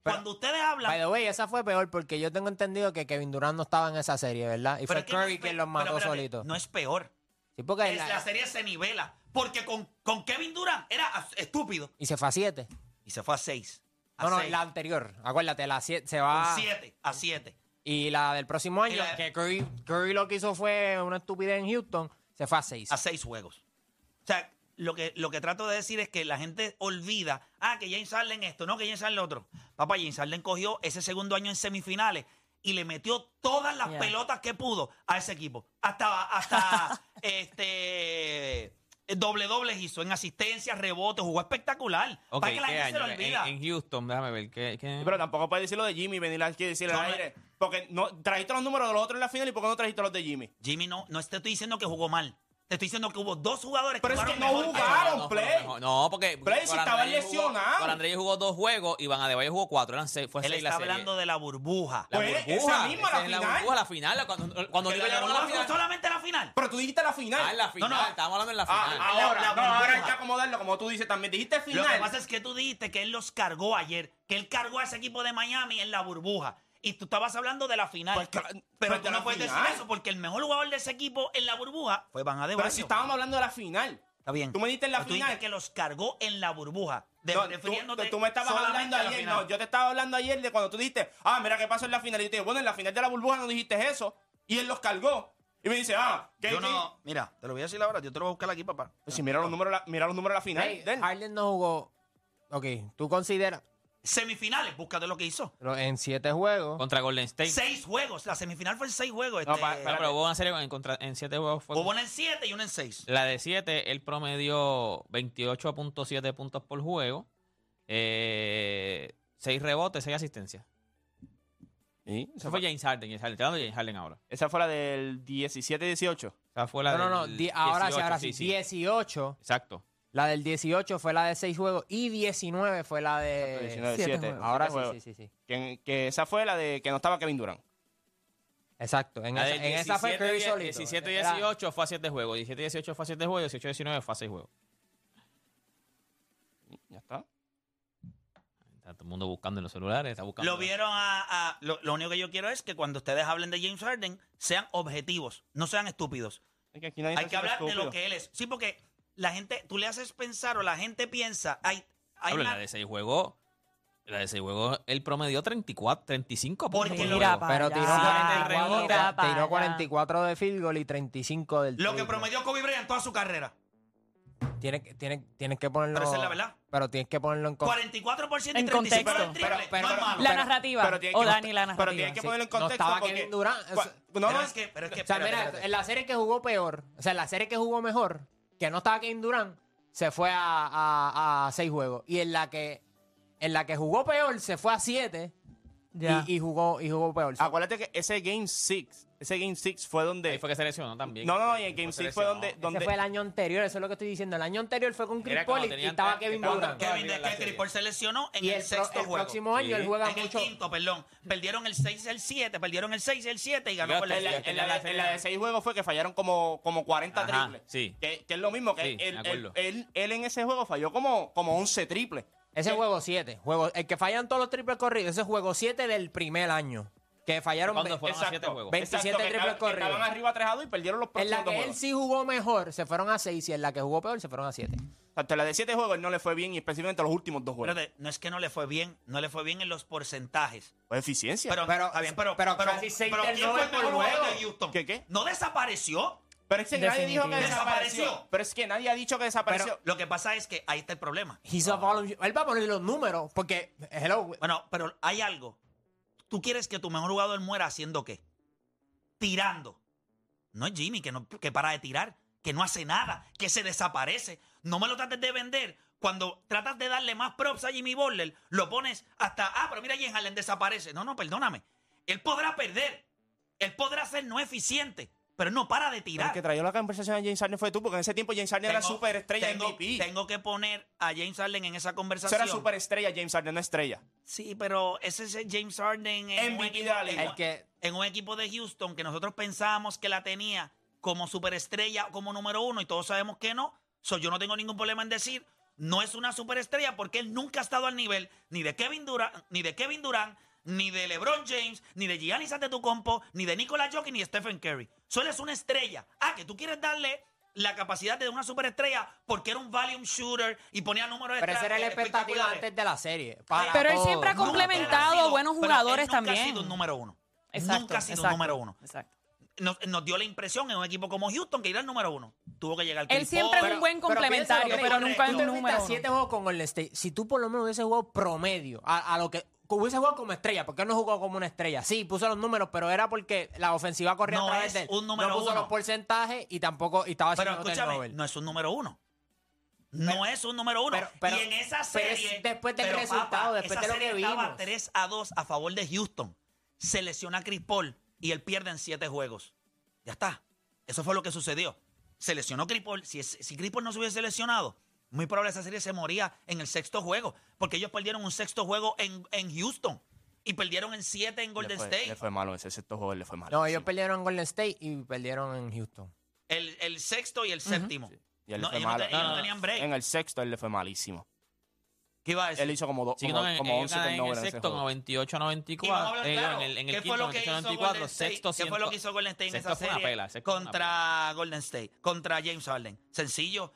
Speaker 2: Cuando ustedes hablan...
Speaker 5: By the way, esa fue peor porque yo tengo entendido que Kevin Durant no estaba en esa serie, ¿verdad? Y
Speaker 2: pero
Speaker 5: fue
Speaker 2: es que no es
Speaker 5: Curry
Speaker 2: pe-
Speaker 5: quien los
Speaker 2: pero
Speaker 5: mató
Speaker 2: espérate,
Speaker 5: solito.
Speaker 2: No es peor.
Speaker 5: sí, porque
Speaker 2: Es-
Speaker 5: la-
Speaker 2: la serie se nivela. Porque con, con Kevin Durant era as- estúpido.
Speaker 5: y se fue a 7.
Speaker 2: Y se fue a 6. A
Speaker 5: No, no,
Speaker 2: seis.
Speaker 5: la Ah. anterior. Acuérdate, la 7 se va.
Speaker 2: Con siete, a 7.
Speaker 5: Y la del próximo
Speaker 2: Y
Speaker 5: año,
Speaker 2: la-
Speaker 5: que Curry, Curry lo que hizo fue una estupidez en Houston, se fue a 6.
Speaker 2: A 6 juegos. O sea, lo que, lo que trato de decir es que la gente olvida, ah, que James Harden esto, no, que James Harden lo otro. Papá, James Harden cogió ese segundo año en semifinales y le metió todas las
Speaker 7: Ya.
Speaker 2: pelotas que pudo a ese equipo. Hasta, hasta este doble dobles hizo en asistencia, rebote, jugó espectacular.
Speaker 3: Ok,
Speaker 2: para que la
Speaker 3: ¿qué
Speaker 2: gente se lo
Speaker 3: año?
Speaker 2: olvida.
Speaker 3: En, en Houston, déjame ver. ¿qué, qué?
Speaker 4: Sí, Pero tampoco puedes decir lo de Jimmy y venir aquí y decirle
Speaker 2: No,
Speaker 4: al
Speaker 2: no.
Speaker 4: aire. Porque no, trajiste los números de los otros en la final y ¿por qué no trajiste los de Jimmy?
Speaker 2: Jimmy, no, no te estoy diciendo que jugó mal. Te estoy diciendo que hubo dos jugadores
Speaker 4: Pero es
Speaker 2: jugaron
Speaker 4: que no
Speaker 2: mejor
Speaker 4: jugaron.
Speaker 3: No, no,
Speaker 4: Play.
Speaker 3: pero mejor- No, porque.
Speaker 4: Play, si
Speaker 3: Goran
Speaker 4: estaba
Speaker 3: Dragic jugó-
Speaker 4: lesionado.
Speaker 3: Goran Dragic jugó dos juegos, Iván Adebayo jugó cuatro. Eran seis, fue
Speaker 2: Él
Speaker 3: seis la
Speaker 2: está
Speaker 3: serie.
Speaker 2: hablando de la burbuja.
Speaker 3: La
Speaker 4: Pues,
Speaker 3: burbuja.
Speaker 4: esa misma,
Speaker 3: esa
Speaker 4: la
Speaker 3: es
Speaker 4: final.
Speaker 3: burbuja, la final. la- Cuando, cuando
Speaker 2: Pero la
Speaker 3: Oliver llegó a la
Speaker 2: burbuja fue
Speaker 3: final.
Speaker 2: solamente la final.
Speaker 4: Pero tú dijiste la final.
Speaker 3: Ah, en la final.
Speaker 2: No, no.
Speaker 3: Estábamos hablando en la
Speaker 4: Ah,
Speaker 3: final.
Speaker 4: ahora,
Speaker 2: La- la
Speaker 4: no, ahora hay
Speaker 2: burbuja.
Speaker 4: que acomodarlo, como tú dices también. Dijiste
Speaker 2: Lo que pasa
Speaker 4: final.
Speaker 2: es que tú dijiste que él los cargó ayer, que él cargó a ese equipo de Miami en la burbuja. Y tú estabas hablando de la final.
Speaker 4: Pues claro, pues
Speaker 2: pero
Speaker 4: de
Speaker 2: tú
Speaker 4: la
Speaker 2: no puedes
Speaker 4: final.
Speaker 2: decir eso porque el mejor jugador de ese equipo en la burbuja fue Van Adebayo.
Speaker 4: Pero si estábamos hablando de la final.
Speaker 2: Está bien.
Speaker 4: Tú me diste en la
Speaker 2: Pero tú
Speaker 4: final.
Speaker 2: dijiste que los cargó en la burbuja. De-
Speaker 4: No,
Speaker 2: refiriéndote
Speaker 4: tú, tú me estabas
Speaker 2: solamente
Speaker 4: hablando
Speaker 2: a la
Speaker 4: ayer.
Speaker 2: final.
Speaker 4: No, yo te estaba hablando ayer de cuando tú dijiste, ah, mira qué pasó en la final. Y yo te digo, bueno, en la final de la burbuja no dijiste eso. Y él los cargó. Y me dice, ah, ¿qué?
Speaker 2: Yo
Speaker 4: qué?
Speaker 2: no- Mira, te lo voy a decir ahora. Yo te lo voy a buscar aquí, papá.
Speaker 4: Pues si mira los números, la- mira los números de la final.
Speaker 5: Hey,
Speaker 4: de él.
Speaker 5: Harden no jugó. Ok, tú consideras
Speaker 2: Semifinales, búscate lo que hizo.
Speaker 5: pero en 7 juegos.
Speaker 3: Contra Golden State.
Speaker 2: Seis juegos. La semifinal fue en seis juegos.
Speaker 3: No,
Speaker 2: este,
Speaker 3: pa- pa- pero hubo una serie en, contra- en siete juegos. Fue
Speaker 2: hubo una en siete y una en seis.
Speaker 3: La de 7, él promedió 28.7 puntos por juego, 6 rebotes, 6 asistencias.
Speaker 4: Sí,
Speaker 3: Eso fue James Harden, James Harden. Te hablando de James Harden ahora.
Speaker 4: Esa fue la del 17-18.
Speaker 3: O sea, fue la
Speaker 5: No, no,
Speaker 3: del
Speaker 5: no. di- ahora sí,
Speaker 3: 18,
Speaker 5: ahora sí. 18.
Speaker 3: Exacto.
Speaker 5: La del 18 fue la de 6 juegos y 19 fue la de.
Speaker 4: 19,
Speaker 7: siete
Speaker 4: 7.
Speaker 7: juegos.
Speaker 5: Ahora sí, sí, sí, sí.
Speaker 4: Que, que esa fue la de que no estaba Kevin Durant.
Speaker 5: Exacto. En,
Speaker 3: La
Speaker 5: esa,
Speaker 3: del
Speaker 5: en esa fue Curry
Speaker 3: 17,
Speaker 5: solito.
Speaker 3: 17
Speaker 5: Era-
Speaker 3: 18 fue a 7 juegos, 17 18 fue a 7 juegos, 18 19 fue a 6 juegos.
Speaker 4: Ya está.
Speaker 3: Está todo el mundo buscando en los celulares, está buscando.
Speaker 2: Lo vieron a. a- lo, lo único que yo quiero es que cuando ustedes hablen de James Harden, sean objetivos, no sean estúpidos.
Speaker 4: Es que aquí nadie
Speaker 2: Hay
Speaker 4: está
Speaker 2: que
Speaker 4: siendo
Speaker 2: hablar de lo
Speaker 4: estúpido.
Speaker 2: que él es. Sí, porque la gente, tú le haces pensar o la gente piensa. Hay, hay
Speaker 3: Hablo,
Speaker 2: una-
Speaker 3: la de 6 juegos. La de 6 juegos él promedió 34, 35 puntos.
Speaker 2: Porque
Speaker 3: por
Speaker 2: lo-
Speaker 3: juego.
Speaker 7: pa'
Speaker 5: Pero
Speaker 7: allá.
Speaker 5: tiró,
Speaker 3: Ah,
Speaker 5: 44,
Speaker 7: mira pa'
Speaker 5: tiró
Speaker 7: allá.
Speaker 5: 44 de field goal y 35 del
Speaker 2: lo que
Speaker 5: triple.
Speaker 2: promedió Kobe Bryant en toda su carrera.
Speaker 5: Tienes, que- tienes, tienes que ponerlo.
Speaker 2: Pero esa es la verdad.
Speaker 5: pero tienes que ponerlo en contexto.
Speaker 2: 44% y
Speaker 7: En
Speaker 2: 35
Speaker 7: contexto.
Speaker 2: del triple.
Speaker 4: Pero-
Speaker 2: no
Speaker 4: pero-
Speaker 2: es
Speaker 4: pero-
Speaker 2: malo.
Speaker 7: La
Speaker 5: Pero-
Speaker 7: narrativa.
Speaker 4: pero tiene que-
Speaker 7: o Dani, la narrativa.
Speaker 4: Pero tienes que ponerlo en
Speaker 5: No
Speaker 4: contexto.
Speaker 5: estaba
Speaker 4: porque-
Speaker 5: Kevin Durant,
Speaker 4: Cua-
Speaker 5: eso-
Speaker 4: No,
Speaker 2: pero
Speaker 4: no,
Speaker 2: es que, pero es que
Speaker 5: O sea,
Speaker 2: espérate,
Speaker 5: mira,
Speaker 2: espérate.
Speaker 5: en la serie que jugó peor, o sea, en la serie que jugó mejor, que no estaba Kevin Durant, se fue a, a, a seis juegos. Y en la que en la que jugó peor, se fue a siete
Speaker 7: Ya.
Speaker 5: y, y jugó y jugó peor.
Speaker 2: Ah,
Speaker 4: acuérdate que ese Game 6, ese Game 6 fue donde...
Speaker 3: Ahí fue que se lesionó también.
Speaker 4: No, no, no, y el Game
Speaker 3: se
Speaker 4: 6 fue
Speaker 3: lesionó.
Speaker 4: donde...
Speaker 5: Ese
Speaker 4: donde
Speaker 5: fue el año anterior, eso es lo que estoy diciendo. El año anterior fue con Chris
Speaker 3: Era cuando
Speaker 5: Paul y
Speaker 3: tenían-
Speaker 5: estaba Kevin
Speaker 3: estaban-
Speaker 5: Durant.
Speaker 2: Kevin
Speaker 3: arriba en la
Speaker 2: que Chris
Speaker 3: serie.
Speaker 2: Paul se lesionó en
Speaker 5: Y
Speaker 2: el,
Speaker 5: el, pro-
Speaker 2: sexto
Speaker 5: el
Speaker 2: juego.
Speaker 5: próximo año
Speaker 3: Sí.
Speaker 5: él juega
Speaker 2: en el
Speaker 5: mucho.
Speaker 2: quinto, perdón. Perdieron el 6 el 7, perdieron el 6 el 7 y ganó
Speaker 3: Yo
Speaker 2: por la
Speaker 3: hasta
Speaker 4: En la,
Speaker 2: siete.
Speaker 4: en la- en la de seis juegos fue que fallaron como, como 40
Speaker 3: Ajá,
Speaker 4: triples.
Speaker 3: sí.
Speaker 4: Que, que es lo mismo que
Speaker 3: Sí,
Speaker 4: él,
Speaker 3: me
Speaker 4: él,
Speaker 3: acuerdo.
Speaker 4: él- él en ese juego falló como, como 11 triples.
Speaker 5: Ese juego 7, juego, el que fallan todos los triples corridos, ese juego 7 del primer año. Que fallaron
Speaker 3: ¿Cuándo
Speaker 5: ve-
Speaker 3: fueron los
Speaker 4: Exacto.
Speaker 3: siete juegos?
Speaker 5: 27
Speaker 4: Exacto, que
Speaker 5: triples
Speaker 4: estaban- que
Speaker 5: corridos.
Speaker 4: Estaban arriba 3 a 2 y perdieron los
Speaker 5: En
Speaker 4: próximos dos
Speaker 5: la que él
Speaker 4: juegos.
Speaker 5: sí jugó mejor, se fueron a 6 y en la que jugó peor, se fueron a 7.
Speaker 4: Hasta la de 7 juegos él no le fue bien y específicamente los últimos dos juegos.
Speaker 2: Espérate, no es que no le fue bien, no le fue bien en los porcentajes.
Speaker 4: Fue eficiencia.
Speaker 2: Pero,
Speaker 5: Pero-
Speaker 2: está bien, pero,
Speaker 5: pero casi seis
Speaker 2: ¿quién fue
Speaker 5: turnovers
Speaker 2: el mejor
Speaker 5: por
Speaker 2: jugador
Speaker 5: juego?
Speaker 2: de Houston?
Speaker 4: ¿Qué, qué?
Speaker 2: ¿No desapareció?
Speaker 4: Pero es que nadie dijo que
Speaker 7: Definitivamente.
Speaker 4: desapareció.
Speaker 2: Desapareció.
Speaker 4: Pero es que nadie ha dicho que desapareció.
Speaker 2: Pero lo que pasa es que ahí está el problema.
Speaker 5: He's
Speaker 4: Ah.
Speaker 5: a volunteer. Él va a poner los números, porque, hello,
Speaker 2: Bueno, pero hay algo. Tú quieres que tu mejor jugador muera haciendo qué? Tirando. No es Jimmy que, no, que para de tirar, que no hace nada, que se desaparece. No me lo trates de vender. Cuando tratas de darle más props a Jimmy Butler, lo pones hasta, ah, pero mira, Jalen Allen desaparece. No, no, perdóname. Él podrá perder. Él podrá ser no eficiente, pero no para de
Speaker 4: Pero
Speaker 2: tirar.
Speaker 4: el que trayó la conversación a James Harden fue tú, porque en ese tiempo James Harden era
Speaker 2: Tengo-
Speaker 4: superestrella
Speaker 2: tengo-
Speaker 4: MVP.
Speaker 2: Tengo que poner a James Allen en esa
Speaker 4: Eso
Speaker 2: conversación.
Speaker 4: era superestrella, James Harden, no estrella.
Speaker 2: Sí, pero ese es el James Harden en, un
Speaker 4: MVP
Speaker 2: equipo,
Speaker 4: de la liga.
Speaker 2: en-
Speaker 5: el que
Speaker 2: en un equipo de Houston que nosotros pensábamos que la tenía como superestrella, como número uno, y todos sabemos que no. So, yo no tengo ningún problema en decir, no es una superestrella porque él nunca ha estado al nivel ni de Kevin Durant, ni de Kevin Durant, ni de LeBron James, ni de Giannis Antetokounmpo, ni de Nicolas Jokic, ni de Stephen Curry. So, él es una estrella. Ah, que tú quieres darle la capacidad de una superestrella porque era un volume shooter y ponía números
Speaker 5: Pero esa era la
Speaker 2: estra-
Speaker 5: expectativa
Speaker 2: espectaculares.
Speaker 5: antes de la serie. para
Speaker 7: Pero él
Speaker 5: todos.
Speaker 7: siempre ha
Speaker 2: Nunca
Speaker 7: complementado
Speaker 2: ha sido-
Speaker 7: buenos
Speaker 2: pero él
Speaker 7: jugadores
Speaker 2: nunca
Speaker 7: también.
Speaker 2: ha sido un número uno.
Speaker 7: Exacto,
Speaker 2: nunca ha sido un
Speaker 7: exacto,
Speaker 2: número uno.
Speaker 7: Exacto.
Speaker 2: Nos, nos dio la impresión en un equipo como Houston que era el número uno. Tuvo que llegar
Speaker 7: Él
Speaker 2: Chris
Speaker 7: siempre
Speaker 2: Paul,
Speaker 7: es un buen complementario,
Speaker 5: piénsalo,
Speaker 7: pero
Speaker 5: tú
Speaker 7: nunca es un
Speaker 5: terminaste
Speaker 7: número
Speaker 5: a siete
Speaker 7: uno.
Speaker 5: juegos con Golden State. Si tú por lo menos hubiese jugado promedio, a, a lo que hubiese jugado como estrella, porque él no jugó como una estrella. Sí, puso los números, pero era porque la ofensiva corría
Speaker 2: No
Speaker 5: a través
Speaker 2: es
Speaker 5: de él.
Speaker 2: un número
Speaker 5: no puso
Speaker 2: uno.
Speaker 5: los porcentajes y tampoco y estaba
Speaker 2: Pero
Speaker 5: haciendo
Speaker 2: escúchame,
Speaker 5: turnover.
Speaker 2: no es un número uno. No es un número uno.
Speaker 5: pero- pero-
Speaker 2: y en esa
Speaker 5: pero
Speaker 2: serie.
Speaker 5: es después del
Speaker 2: pero,
Speaker 5: resultado,
Speaker 2: papá,
Speaker 5: después
Speaker 2: esa
Speaker 5: de lo
Speaker 2: serie
Speaker 5: que
Speaker 2: estaba
Speaker 5: vimos.
Speaker 2: 3 a 2 a favor de Houston. Se lesiona a Chris Paul y él pierde en 7 juegos. Ya está. Eso fue lo que sucedió. Se lesionó Chris Paul. Si, es- si Chris Paul no se hubiese lesionado, muy probable esa serie se moría en el sexto juego. Porque ellos perdieron un sexto juego en, en Houston. Y perdieron en 7 en Golden
Speaker 4: le fue,
Speaker 2: State.
Speaker 4: Le fue malo ese sexto juego, le fue malo.
Speaker 5: No, ellos perdieron en Golden State y perdieron en Houston.
Speaker 2: El, el sexto y el séptimo.
Speaker 4: Y él
Speaker 2: No,
Speaker 4: le fue
Speaker 2: ellos no
Speaker 4: malo.
Speaker 2: te- ellos no tenían break.
Speaker 4: En el sexto él le fue malísimo.
Speaker 2: ¿Qué iba a decir?
Speaker 4: Él hizo como, do,
Speaker 3: Sí,
Speaker 4: como,
Speaker 3: no, en-
Speaker 4: como
Speaker 3: ellos
Speaker 4: 11
Speaker 3: ganan en el
Speaker 4: turnovers en ese
Speaker 3: sexto,
Speaker 4: juego.
Speaker 3: 98
Speaker 2: Y vamos a
Speaker 3: 94.
Speaker 2: hablar
Speaker 3: eh,
Speaker 2: claro,
Speaker 3: en el, en el
Speaker 2: ¿qué
Speaker 3: quinto,
Speaker 2: fue lo que
Speaker 3: 98
Speaker 2: hizo
Speaker 3: 94,
Speaker 2: Golden State?
Speaker 3: sexto,
Speaker 2: ¿Qué fue lo que
Speaker 3: 100.
Speaker 2: hizo Golden State en
Speaker 3: Sexto
Speaker 2: esa
Speaker 3: fue una
Speaker 2: serie
Speaker 3: pela, sexto fue una
Speaker 2: contra Golden State, contra James Harden? Sencillo.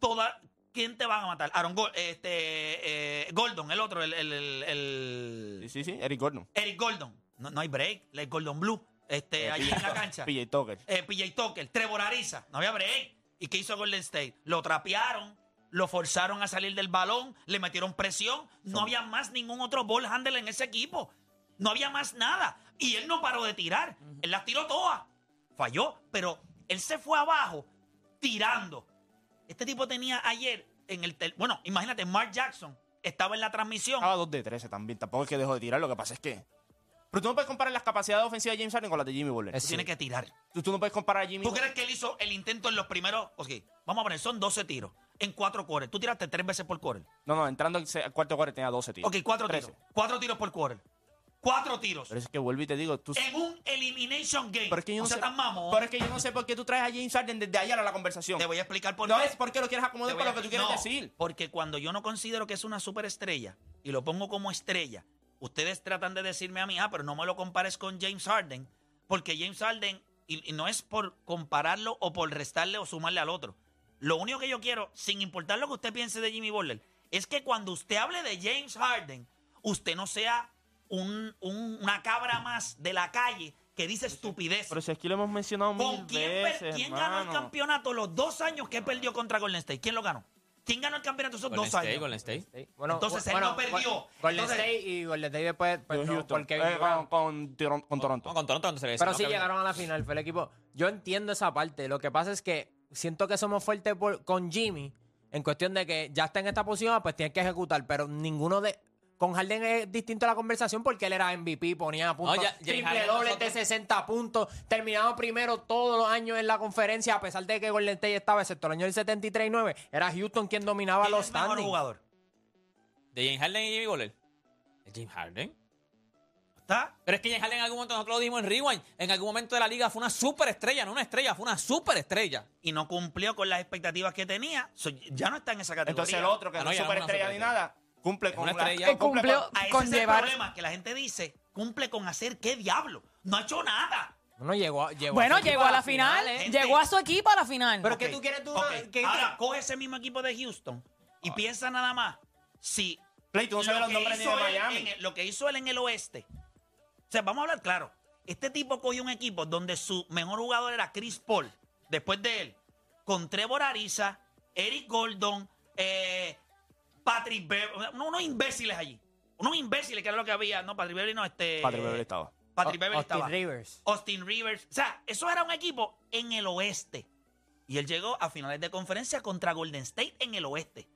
Speaker 2: Toda, ¿Quién te van a matar? Aaron Gol- este, eh, Gordon, el otro, el, el- el- el-
Speaker 4: Sí, sí, sí, Eric Gordon.
Speaker 2: Eric Gordon. No, no hay break. El Gordon Blue. Este,
Speaker 4: Eh,
Speaker 2: allí en la cancha.
Speaker 4: PJ Tucker.
Speaker 2: eh, PJ Tucker, Trevor Ariza, no había break. ¿Y qué hizo Golden State? Lo trapearon, lo forzaron a salir del balón, le metieron presión. No había más ningún otro ball handle en ese equipo. No había más nada. Y él no paró de tirar. Él las tiró todas. Falló, pero él se fue abajo tirando. Este tipo tenía ayer en el... tel- bueno, imagínate, Mark Jackson estaba en la transmisión.
Speaker 4: Estaba 2 de 13 también. Tampoco es que dejó de tirar, lo que pasa es que... Pero tú no puedes comparar las capacidades ofensivas de James Harden con las de Jimmy Butler.
Speaker 2: Tú tienes que tirar.
Speaker 4: Tú, tú no puedes comparar a Jimmy...
Speaker 2: ¿Tú crees que él hizo el intento en los primeros? Ok, vamos a poner, son 12 tiros en cuatro quarters. Tú tiraste tres veces por quarter.
Speaker 4: No, no, entrando al se- al cuarto cuarto tenía 12 tiros.
Speaker 2: Ok, cuatro
Speaker 4: 13.
Speaker 2: tiros. Cuatro tiros por quarter. Cuatro tiros.
Speaker 4: Pero es que vuelvo y te digo, tú...
Speaker 2: En un elimination game.
Speaker 4: Pero es que yo
Speaker 2: Eh, o
Speaker 4: no
Speaker 2: sea,
Speaker 4: sé...
Speaker 2: tan mamón.
Speaker 4: Pero es que yo no sé por qué tú traes a James Harden desde ayer a la conversación.
Speaker 2: Te voy a explicar por
Speaker 4: No
Speaker 2: qué.
Speaker 4: es porque lo quieres
Speaker 2: Te
Speaker 4: acomodar
Speaker 2: voy
Speaker 4: para
Speaker 2: a-
Speaker 4: lo que tú quieres
Speaker 2: No,
Speaker 4: decir.
Speaker 2: Porque cuando yo no considero que es una superestrella y lo pongo como estrella, ustedes tratan de decirme a mí, ah, pero no me lo compares con James Harden, porque James Harden, y, y no es por compararlo o por restarle o sumarle al otro. Lo único que yo quiero, sin importar lo que usted piense de Jimmy Butler, es que cuando usted hable de James Harden, usted no sea un- un- una cabra más de la calle que dice estupidez.
Speaker 4: Pero si aquí lo hemos mencionado
Speaker 2: ¿Con
Speaker 4: mil
Speaker 2: quién, per-
Speaker 4: veces,
Speaker 2: quién ganó el
Speaker 4: hermano.
Speaker 2: campeonato los dos años que perdió contra Golden State? ¿Quién lo ganó? ¿Quién ganó el campeonato esos
Speaker 3: Golden
Speaker 2: dos
Speaker 3: State,
Speaker 2: años?
Speaker 3: Golden State.
Speaker 5: Sí. Bueno,
Speaker 2: Entonces, él no perdió.
Speaker 5: Go- Golden
Speaker 2: Entonces-
Speaker 5: State y Golden State después pues,
Speaker 4: Con
Speaker 5: no,
Speaker 4: Houston,
Speaker 5: porque
Speaker 4: eh, con, con Toron- con
Speaker 3: No,
Speaker 4: Toronto.
Speaker 3: con Toronto cuando se
Speaker 5: Pero
Speaker 3: lesionó
Speaker 5: sí
Speaker 3: Kevin.
Speaker 5: llegaron a la final, fue el equipo. Yo entiendo esa parte. Lo que pasa es que siento que somos fuertes por- con Jimmy en cuestión de que ya está en esta posición, pues tiene que ejecutar. Pero ninguno de. Con Harden es distinto a la conversación porque él era MVP, ponía puntos,
Speaker 3: No, ya- ya
Speaker 5: triple
Speaker 3: Harden
Speaker 5: doble de
Speaker 3: nosotros-
Speaker 5: 60 puntos, terminaba primero todos los años en la conferencia, a pesar de que Golden State estaba, excepto el año del 73 y 9, era Houston quien dominaba
Speaker 2: ¿Quién
Speaker 5: los
Speaker 2: es el mejor
Speaker 5: standings.
Speaker 2: jugador?
Speaker 3: De James Harden y Jimmy Butler. ¿De James Harden?
Speaker 2: ¿Está?
Speaker 3: Pero es que James Harden en algún momento, nosotros lo dijimos en Rewind, en algún momento de la liga fue una superestrella, no una estrella, fue una superestrella.
Speaker 2: Y no cumplió con las expectativas que tenía. So, ya no está en esa categoría.
Speaker 4: Entonces el otro, que
Speaker 3: Ah,
Speaker 4: no,
Speaker 3: no,
Speaker 4: es
Speaker 3: ya no es una
Speaker 4: superestrella ni
Speaker 3: superestrella.
Speaker 4: nada, cumple
Speaker 3: Es
Speaker 4: con
Speaker 3: una
Speaker 4: la-
Speaker 3: estrella.
Speaker 4: cumple
Speaker 7: Cumplió-
Speaker 4: con-
Speaker 2: A ese
Speaker 7: Con
Speaker 2: es
Speaker 7: llevar-
Speaker 2: el problema, que la gente dice, cumple con hacer qué diablo. No ha hecho nada.
Speaker 5: Bueno, llegó, a- llegó
Speaker 7: Bueno,
Speaker 5: su equipo
Speaker 7: llegó a la final,
Speaker 2: gente.
Speaker 7: llegó a su equipo a la final.
Speaker 5: Pero- ¿qué
Speaker 2: Ok,
Speaker 5: tú quieres tú
Speaker 2: ok.
Speaker 5: una- que- Ah.
Speaker 2: Ahora, coge ese mismo equipo de Houston y piensa nada más si
Speaker 4: Play, tú no sabes
Speaker 2: lo
Speaker 4: los
Speaker 2: que
Speaker 4: nombres ni de
Speaker 2: hizo él
Speaker 4: Miami.
Speaker 2: en el- lo que hizo él en el oeste. O sea, vamos a hablar claro. Este tipo cogió un equipo donde su mejor jugador era Chris Paul después de él, con Trevor Ariza, Eric Gordon, eh, Patrick Beverly, unos imbéciles allí. Unos imbéciles, que era lo que había. No, Patrick Beverly no, este.
Speaker 4: Patrick Beverly estaba.
Speaker 2: Patrick Beverly
Speaker 5: Austin
Speaker 2: estaba.
Speaker 5: Rivers.
Speaker 2: Austin Rivers. O sea, eso era un equipo en el oeste. Y él llegó a finales de conferencia contra Golden State en el oeste.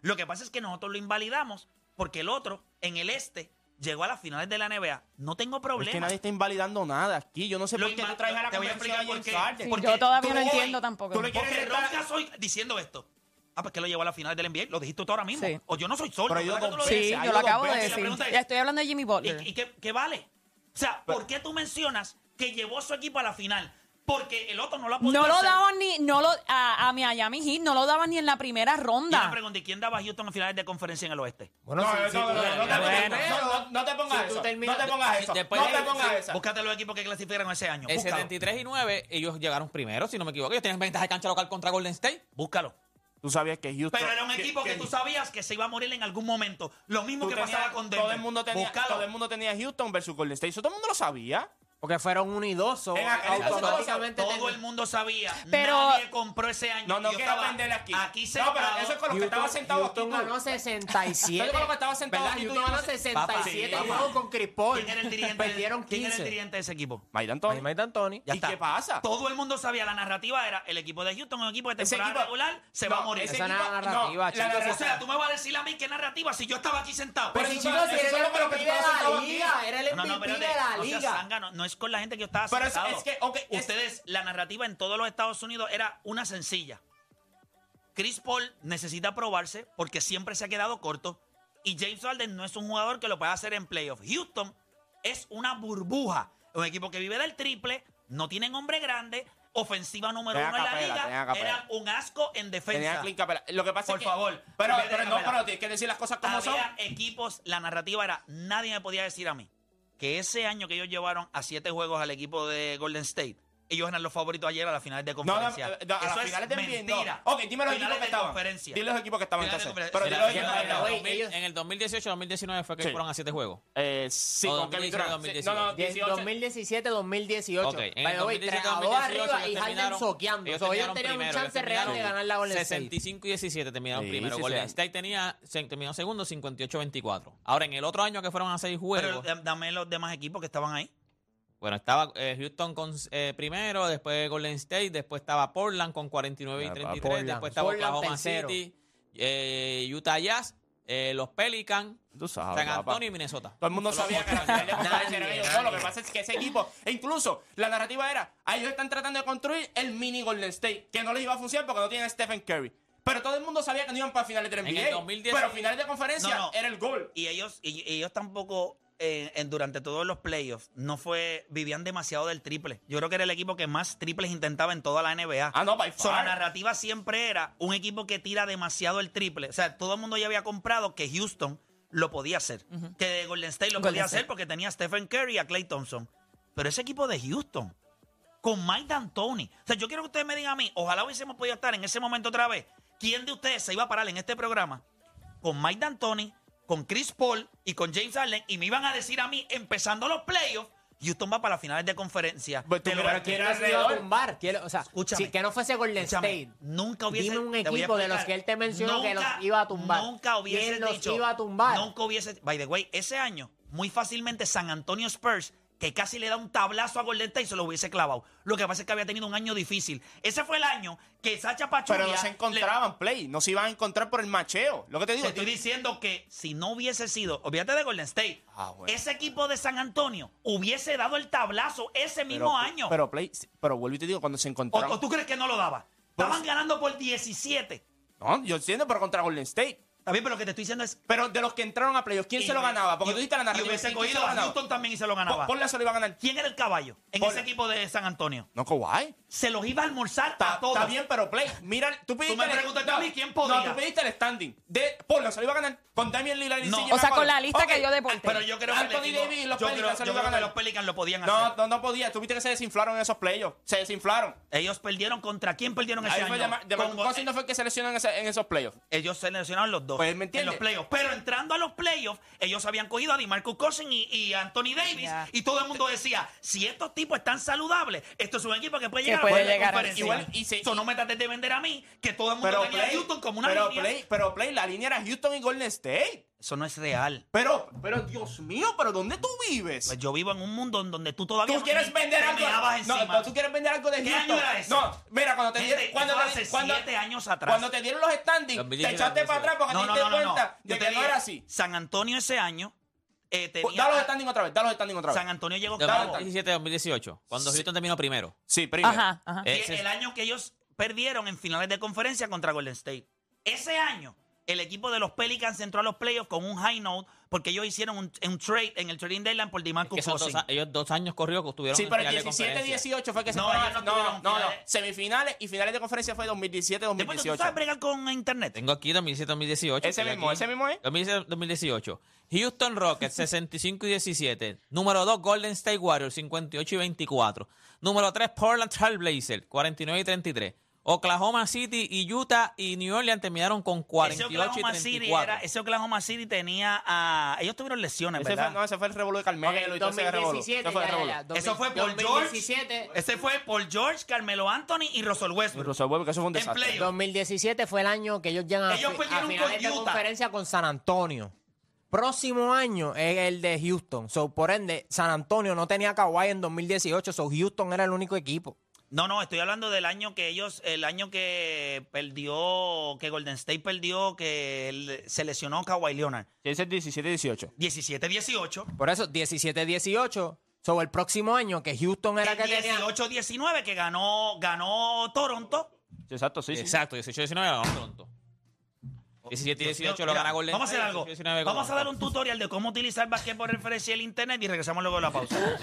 Speaker 2: Lo que pasa es que nosotros lo invalidamos porque el otro, en el este, llegó a las finales de la NBA. No tengo
Speaker 4: Es que
Speaker 2: problema.
Speaker 4: nadie está invalidando nada aquí. Yo no sé
Speaker 2: Lo
Speaker 4: por qué
Speaker 2: inva-
Speaker 4: tú traes a la
Speaker 2: te voy a
Speaker 4: conversación
Speaker 2: explicar por
Speaker 4: James
Speaker 2: qué.
Speaker 4: Harden.
Speaker 2: Sí,
Speaker 7: Sí,
Speaker 2: porque
Speaker 7: yo todavía
Speaker 2: tú
Speaker 7: no
Speaker 2: hoy-
Speaker 7: entiendo tampoco.
Speaker 4: tú le quieres
Speaker 2: Porque
Speaker 4: retar-
Speaker 2: Rojas hoy diciendo esto. Ah, pues que lo llevó a la final del NBA. Lo dijiste tú ahora mismo.
Speaker 7: Sí.
Speaker 2: O yo no soy solo.
Speaker 4: Pero yo
Speaker 2: ¿verdad que tú lo
Speaker 4: confieso,
Speaker 7: Sí,
Speaker 2: dices?
Speaker 4: ha
Speaker 7: yo
Speaker 4: ido
Speaker 7: lo
Speaker 4: dos
Speaker 7: acabo de
Speaker 4: veces.
Speaker 2: La
Speaker 7: decir.
Speaker 2: pregunta es-
Speaker 7: Ya estoy hablando de Jimmy Butler.
Speaker 2: ¿Y, y qué, qué vale? O sea, ¿por qué tú mencionas que llevó a su equipo a la final? Porque el otro no lo ha podido
Speaker 7: No lo
Speaker 2: hacer.
Speaker 7: daban ni no lo, a, a Miami Heat, no lo daban ni en la primera
Speaker 2: Y una
Speaker 7: ronda.
Speaker 2: pregunta, ¿y quién daba a Houston a finales de conferencia en el oeste?
Speaker 5: Bueno, sí, sí,
Speaker 4: no, no, no, no,
Speaker 5: bueno.
Speaker 4: no, no, no te pongas
Speaker 5: Si tú
Speaker 4: eso.
Speaker 5: terminas-
Speaker 4: no te pongas eso.
Speaker 3: después
Speaker 4: no
Speaker 3: de-
Speaker 4: te pongas
Speaker 3: sí,
Speaker 4: eso.
Speaker 2: Búscate los equipos que clasificaron ese año.
Speaker 3: El
Speaker 2: Búscalo.
Speaker 3: 73 y 9, ellos llegaron primero, si no me equivoco. Ellos tenían ventaja de cancha local contra Golden State.
Speaker 2: Búscalo.
Speaker 4: Tú sabías que Houston.
Speaker 2: Pero era un equipo que, tú sabías que se iba a morir en algún momento. Lo mismo
Speaker 4: Tú
Speaker 2: que
Speaker 4: tenías-
Speaker 2: pasaba con Denver.
Speaker 4: todo el mundo tenía
Speaker 2: Búscalo.
Speaker 4: todo el mundo tenía Houston versus Golden State eso todo el mundo lo sabía
Speaker 5: Porque fueron uno y dos, so,
Speaker 4: En aquel entonces
Speaker 5: automáticamente
Speaker 2: todo
Speaker 5: tenía-
Speaker 2: el mundo sabía.
Speaker 7: Pero-
Speaker 2: Nadie compró ese año.
Speaker 4: no no
Speaker 2: Yo
Speaker 4: quiero
Speaker 2: estaba
Speaker 4: venderle aquí
Speaker 2: Aquí se
Speaker 4: no pero eso es con los que estaban
Speaker 5: Houston-
Speaker 4: sentados aquí
Speaker 5: Houston
Speaker 4: tú.
Speaker 5: ganó 67.
Speaker 4: Yo creo que estaba sentado
Speaker 5: ¿Verdad?
Speaker 4: aquí, tú
Speaker 5: Houston ganó
Speaker 4: no sé.
Speaker 5: 67
Speaker 4: Papá, sí,
Speaker 5: juegos con Chris Paul.
Speaker 2: ¿Quién era el dirigente?
Speaker 5: Perdieron
Speaker 2: ¿Quién era el
Speaker 5: 15.
Speaker 2: dirigente de ese equipo?
Speaker 4: Mike
Speaker 5: Mike
Speaker 4: D'Antoni
Speaker 5: Mike D'Antoni.
Speaker 2: Ya
Speaker 4: ¿Y
Speaker 2: está.
Speaker 4: qué pasa?
Speaker 2: Todo el mundo sabía. La narrativa era el equipo de Houston, un equipo de
Speaker 4: Ese
Speaker 2: temporada
Speaker 4: equipo-
Speaker 2: regular, se
Speaker 4: No,
Speaker 2: va a morir.
Speaker 4: ese
Speaker 5: Esa no
Speaker 4: equipo-
Speaker 5: era la narrativa,
Speaker 4: no, la
Speaker 5: chicos.
Speaker 4: narrativa-
Speaker 2: O sea, tú me vas a decir a mí qué narrativa si yo estaba aquí sentado.
Speaker 4: Pero
Speaker 5: Sí,
Speaker 4: eso-
Speaker 5: chicos, si
Speaker 4: eso
Speaker 5: era
Speaker 4: es
Speaker 5: el
Speaker 4: lo que lo
Speaker 5: MVP de
Speaker 4: que estaba
Speaker 5: la
Speaker 4: aquí.
Speaker 5: liga. Era
Speaker 2: No,
Speaker 5: el
Speaker 2: no,
Speaker 5: MVP
Speaker 2: espérate,
Speaker 5: de la
Speaker 2: no seas
Speaker 5: liga.
Speaker 2: zángano, no es con la gente que yo estaba
Speaker 4: Pero es-
Speaker 2: sentado.
Speaker 4: es que, ok, es-
Speaker 2: Ustedes, la narrativa en todos los Estados Unidos era una sencilla. Chris Paul necesita probarse porque siempre se ha quedado corto y James Harden no es un jugador que lo pueda hacer en playoff. Houston es una burbuja, un equipo que vive del triple, no tienen hombre grande, ofensiva número
Speaker 4: Tenía
Speaker 2: uno en la
Speaker 4: capela, tenía
Speaker 2: liga,
Speaker 4: capela.
Speaker 2: era un asco en defensa.
Speaker 4: tenía clean capela. lo que pasa
Speaker 2: Por
Speaker 4: es que
Speaker 2: favor,
Speaker 4: pero
Speaker 2: vete
Speaker 4: pero
Speaker 2: de
Speaker 4: no
Speaker 2: capela.
Speaker 4: pero tienes que decir las cosas como son
Speaker 2: Había equipos, la narrativa era, nadie me podía decir a mí que ese año que ellos llevaron a siete juegos al equipo de Golden State, ellos eran los favoritos ayer a las finales de
Speaker 4: no, no,
Speaker 2: conferencia.
Speaker 4: no, a
Speaker 2: Eso
Speaker 4: las
Speaker 2: es
Speaker 4: finales de NBA,
Speaker 2: mentira.
Speaker 4: no. Ok, dime
Speaker 2: Finales
Speaker 4: los equipos que
Speaker 2: de
Speaker 4: estaban.
Speaker 2: conferencia.
Speaker 4: Dile los equipos que estaban
Speaker 2: Finales de
Speaker 4: entonces.
Speaker 2: conferencia.
Speaker 4: Pero
Speaker 2: Mira,
Speaker 4: dile los
Speaker 2: mira,
Speaker 4: equipos que
Speaker 2: mira,
Speaker 4: estaban.
Speaker 5: Oye, ellos-
Speaker 3: En el 2018-2019 fue que
Speaker 4: Sí.
Speaker 3: fueron a 7 juegos.
Speaker 4: Eh, sí,
Speaker 3: O
Speaker 4: con Kevin
Speaker 3: 2019,
Speaker 4: Durant. Sí, No, no, 18.
Speaker 5: 2017-2018.
Speaker 3: Ok, en el
Speaker 5: By the way,
Speaker 3: 2018,
Speaker 5: tres a dos
Speaker 3: 2018,
Speaker 5: arriba y
Speaker 3: ellos
Speaker 5: Harden
Speaker 3: terminaron-
Speaker 5: soqueando. So, Ellos
Speaker 3: terminaron
Speaker 5: tenían un
Speaker 3: primero,
Speaker 5: chance
Speaker 3: ellos
Speaker 5: real de
Speaker 3: terminaron
Speaker 5: ganar la Golden State.
Speaker 3: 65 y 17 terminaron
Speaker 4: Sí,
Speaker 3: primero.
Speaker 4: sí,
Speaker 3: Golden
Speaker 4: sí.
Speaker 3: State tenía, se terminó segundo 58-24. Ahora, en el otro año que fueron a 6
Speaker 2: Pero
Speaker 3: juegos,
Speaker 2: eh, dame los demás equipos que estaban ahí.
Speaker 3: bueno, estaba eh, Houston con eh, primero, después Golden State, después estaba Portland con 49 y
Speaker 4: Ah,
Speaker 3: 33,
Speaker 5: Portland.
Speaker 3: después estaba
Speaker 5: Portland
Speaker 3: Oklahoma
Speaker 5: tercero.
Speaker 3: City, eh, Utah Jazz, eh, los Pelicans,
Speaker 4: Tú sabes,
Speaker 3: San
Speaker 4: papá.
Speaker 3: Antonio y Minnesota.
Speaker 4: Todo el mundo sabía que la final de conferencia eran ellos. No, lo que pasa es que ese equipo, e incluso la narrativa era, "Ah, ellos están tratando de construir el mini Golden State, que no les iba a funcionar porque no tienen a Stephen Curry. Pero todo el mundo sabía que no iban para finales de
Speaker 3: En
Speaker 4: NBA.
Speaker 3: el 2010
Speaker 4: Pero finales de conferencia
Speaker 2: No, no.
Speaker 4: era el gol.
Speaker 2: Y ellos, y, y ellos tampoco, eh, en- durante todos los playoffs, no fue, vivían demasiado del triple. Yo creo que era el equipo que más triples intentaba en toda la NBA.
Speaker 4: Ah, no, by
Speaker 2: So, la
Speaker 4: far.
Speaker 2: narrativa siempre era un equipo que tira demasiado el triple. O sea, todo el mundo ya había comprado que Houston lo podía hacer. Que Golden State lo
Speaker 7: Golden
Speaker 2: podía
Speaker 7: State.
Speaker 2: hacer porque tenía a Stephen Curry y a Clay Thompson. Pero ese equipo de Houston, con Mike D'Antoni. O sea, yo quiero que ustedes me digan a mí, ojalá hubiésemos podido estar en ese momento otra vez. ¿Quién de ustedes se iba a parar en este programa con Mike D'Antoni, con Chris Paul y con James Harden? Y me iban a decir a mí, empezando los playoffs, Houston va para las finales de conferencia.
Speaker 4: Pues tú
Speaker 2: Del
Speaker 4: miras
Speaker 2: oeste.
Speaker 4: quién
Speaker 5: Hubiera sido
Speaker 4: alrededor.
Speaker 5: tumbar. Quiero- O sea,
Speaker 2: Escúchame.
Speaker 5: si que no fuese Golden
Speaker 2: Escúchame,
Speaker 5: State.
Speaker 2: Nunca hubiese.
Speaker 5: Dime un
Speaker 2: te voy a
Speaker 5: equipo de los
Speaker 2: explicar.
Speaker 5: que él te mencionó que los iba a tumbar.
Speaker 2: Nunca hubiese
Speaker 5: ¿Quién los
Speaker 2: dicho,
Speaker 5: iba a tumbar?
Speaker 2: Nunca hubiese. By the way, ese año, muy fácilmente San Antonio Spurs, que casi le da un tablazo a Golden State, se lo hubiese clavado. Lo que pasa es que había tenido un año difícil. Ese fue el año que Sacha Pachulia.
Speaker 4: Pero no se encontraban, Play. No se iban a encontrar por el macheo. Lo que te
Speaker 2: le-
Speaker 4: digo.
Speaker 2: te estoy diciendo que si no hubiese sido, olvídate de Golden State,
Speaker 4: Ah, bueno.
Speaker 2: ese equipo de San Antonio hubiese dado el tablazo ese mismo año.
Speaker 4: Pero, Play, pero vuelvo y te digo, cuando se
Speaker 2: o,
Speaker 4: encontraron.
Speaker 2: o tú crees que no lo daba?
Speaker 4: Pero-
Speaker 2: Estaban ganando por 17.
Speaker 4: No, yo entiendo, pero contra Golden State.
Speaker 2: Está bien, pero lo que te estoy diciendo es
Speaker 4: Pero de los que entraron a playoffs, ¿quién
Speaker 2: Y-
Speaker 4: se lo ganaba? Porque
Speaker 2: y-
Speaker 4: tú diste la narrativa.
Speaker 2: Y hubiese
Speaker 4: ¿quién se
Speaker 2: cogido
Speaker 4: lo
Speaker 2: a
Speaker 4: ganaba?
Speaker 2: Houston también y se lo ganaba.
Speaker 4: Por- Portland se lo iba a ganar.
Speaker 2: ¿Quién era el caballo en
Speaker 4: Por-
Speaker 2: ese equipo de San Antonio?
Speaker 4: No, Kawhi.
Speaker 2: Se los iba a almorzar
Speaker 4: Está,
Speaker 2: a todos.
Speaker 4: está bien, pero Play, mira, tú pediste...
Speaker 2: me
Speaker 4: el-
Speaker 2: preguntaste
Speaker 4: no,
Speaker 2: a mí quién podía.
Speaker 4: No, tú pediste el standing. De Portland se lo iba a ganar con Damian Lillard y
Speaker 2: No.
Speaker 4: CJ
Speaker 2: O
Speaker 7: O sea, con la
Speaker 4: McCollum.
Speaker 7: lista
Speaker 4: Ok,
Speaker 7: que yo de Portland.
Speaker 2: Pero yo creo que, el
Speaker 4: Anthony
Speaker 2: equipo-
Speaker 4: Davis y los
Speaker 2: yo
Speaker 4: Pelicans
Speaker 2: creo-
Speaker 4: se
Speaker 2: yo
Speaker 4: lo iban a
Speaker 2: creo que
Speaker 4: ganar.
Speaker 2: los Pelicans lo podían
Speaker 4: No,
Speaker 2: hacer.
Speaker 4: no, no podía. Tuviste que se desinflaron en esos playoffs. Se desinflaron.
Speaker 2: Ellos perdieron contra quién perdieron ese
Speaker 4: Ahí
Speaker 2: Este año. eh,
Speaker 4: fue de, Mar- de Marcus
Speaker 2: Con-
Speaker 4: Cousins no fue el que se lesionó en, ese- en esos playoffs.
Speaker 2: Ellos se lesionaron los dos.
Speaker 4: Pues,
Speaker 2: en
Speaker 4: ¿me entiendes?
Speaker 2: los playoffs. Pero entrando a los playoffs, ellos habían cogido a DeMarcus Cousins y, y Anthony Davis.
Speaker 7: Ya.
Speaker 2: Y todo el mundo decía, si estos tipos están saludables, esto es un equipo que puede
Speaker 7: Que
Speaker 2: llegar
Speaker 7: puede
Speaker 2: a la
Speaker 7: llegar
Speaker 2: conferencia.
Speaker 4: encima. Igual, y se-
Speaker 2: Eso no me trates de vender a mí, que todo el mundo
Speaker 4: pero
Speaker 2: tenía a
Speaker 4: play,
Speaker 2: Houston como una
Speaker 4: pero
Speaker 2: línea.
Speaker 4: play, pero play, la línea era Houston y Golden State.
Speaker 2: Eso no es real.
Speaker 4: Pero, pero Dios mío, pero ¿dónde tú vives?
Speaker 2: Pues yo vivo en un mundo en donde tú todavía
Speaker 4: Tú quieres vender
Speaker 2: te
Speaker 4: algo.
Speaker 2: meabas
Speaker 4: No,
Speaker 2: encima.
Speaker 4: no, tú quieres vender algo de
Speaker 2: ¿Qué
Speaker 4: Houston.
Speaker 2: año era ese?
Speaker 4: No, mira, cuando te
Speaker 2: Gente,
Speaker 4: dieron. Cuando,
Speaker 2: eso
Speaker 4: te-
Speaker 2: hace
Speaker 4: cuando-
Speaker 2: siete años atrás.
Speaker 4: Cuando te dieron los standings,
Speaker 3: 2019,
Speaker 4: te echaste para atrás porque
Speaker 2: no,
Speaker 4: te
Speaker 2: no, no,
Speaker 4: diste
Speaker 2: no, no.
Speaker 4: cuenta
Speaker 2: Yo te
Speaker 4: de que no
Speaker 2: digo,
Speaker 4: era así.
Speaker 2: San Antonio ese año eh,
Speaker 4: Pues,
Speaker 2: tenía.
Speaker 4: Da los standings otra vez, da los standings otra vez.
Speaker 2: San Antonio llegó octavo.
Speaker 3: 2017-2018, cuando Houston terminó primero. Eh,
Speaker 4: Sí, primero.
Speaker 7: Ajá, ajá.
Speaker 2: Y
Speaker 3: Ese-
Speaker 2: el año que ellos perdieron en finales de conferencia contra Golden State. Ese año, el equipo de los Pelicans entró a los playoffs con un high note porque ellos hicieron un, un trade en el trading deadline por DeMarcus
Speaker 3: que esos
Speaker 2: Cousins.
Speaker 3: dos a- ellos dos años corridos que estuvieron
Speaker 4: Sí,
Speaker 3: en
Speaker 4: pero el
Speaker 3: final de
Speaker 4: 17
Speaker 3: conferencia.
Speaker 4: 18 fue que se
Speaker 2: No,
Speaker 4: fueron a-
Speaker 2: ellos no
Speaker 4: no,
Speaker 2: tuvieron
Speaker 4: no, no,
Speaker 2: finales.
Speaker 4: Semifinales y finales de conferencia fue 2017
Speaker 2: Después tú sabes
Speaker 4: 2018.
Speaker 2: bregar con internet.
Speaker 3: Tengo aquí 2017-2018.
Speaker 4: Ese
Speaker 3: estoy
Speaker 4: mismo,
Speaker 3: aquí.
Speaker 4: ese mismo es.
Speaker 3: 2017-2018. Houston Rockets 65 y 17. Número 2, Golden State Warriors 58 y 24. Número 3, Portland Trail Blazers 49 y 33. Oklahoma City y Utah y New Orleans terminaron con
Speaker 2: Ese
Speaker 3: 48 y
Speaker 2: Oklahoma, City
Speaker 3: 34.
Speaker 2: era- ese Oklahoma City tenía a... Ellos tuvieron lesiones,
Speaker 4: Ese fue,
Speaker 2: ¿verdad?
Speaker 4: no, ese fue el revolú de Carmelo y todo ese revolú. Ese
Speaker 8: 2017,
Speaker 4: fue el
Speaker 8: ya, ya,
Speaker 4: revolú.
Speaker 8: ya,
Speaker 2: Eso fue por
Speaker 8: 2017,
Speaker 2: George. Ese fue por George, Carmelo Anthony y Russell
Speaker 4: Y
Speaker 2: Westbrook.
Speaker 4: Russell Westbrook, eso fue un
Speaker 2: En
Speaker 4: desastre.
Speaker 2: playoff.
Speaker 5: 2017 fue el año que ellos llegan a,
Speaker 2: Ellos
Speaker 5: fi- a
Speaker 2: perdieron con
Speaker 5: finales de
Speaker 2: Utah.
Speaker 5: conferencia con San Antonio. Próximo año es el de Houston. So, por ende, San Antonio no tenía Kawhi en 2018, so Houston era el único equipo.
Speaker 2: No, no, estoy hablando del año que ellos, el año que perdió, que Golden State perdió, que el- se lesionó Kawhi Leonard.
Speaker 4: Sí, ese es 17 18.
Speaker 2: 17-18.
Speaker 5: Por eso, 17-18, sobre el próximo año que Houston era que tenía.
Speaker 2: 18-19 que ganó, ganó Toronto.
Speaker 4: Exacto, sí, sí.
Speaker 3: Exacto, 18-19 ganó Toronto. 17 y 18 lo
Speaker 2: Mira,
Speaker 3: gana Golden
Speaker 2: Oh, Vamos a hacer
Speaker 3: State,
Speaker 2: algo.
Speaker 3: 18, 19
Speaker 2: Vamos a
Speaker 3: ganó
Speaker 2: dar un tutorial de cómo utilizar basquetbol por referencia y el internet y regresamos luego a la pausa.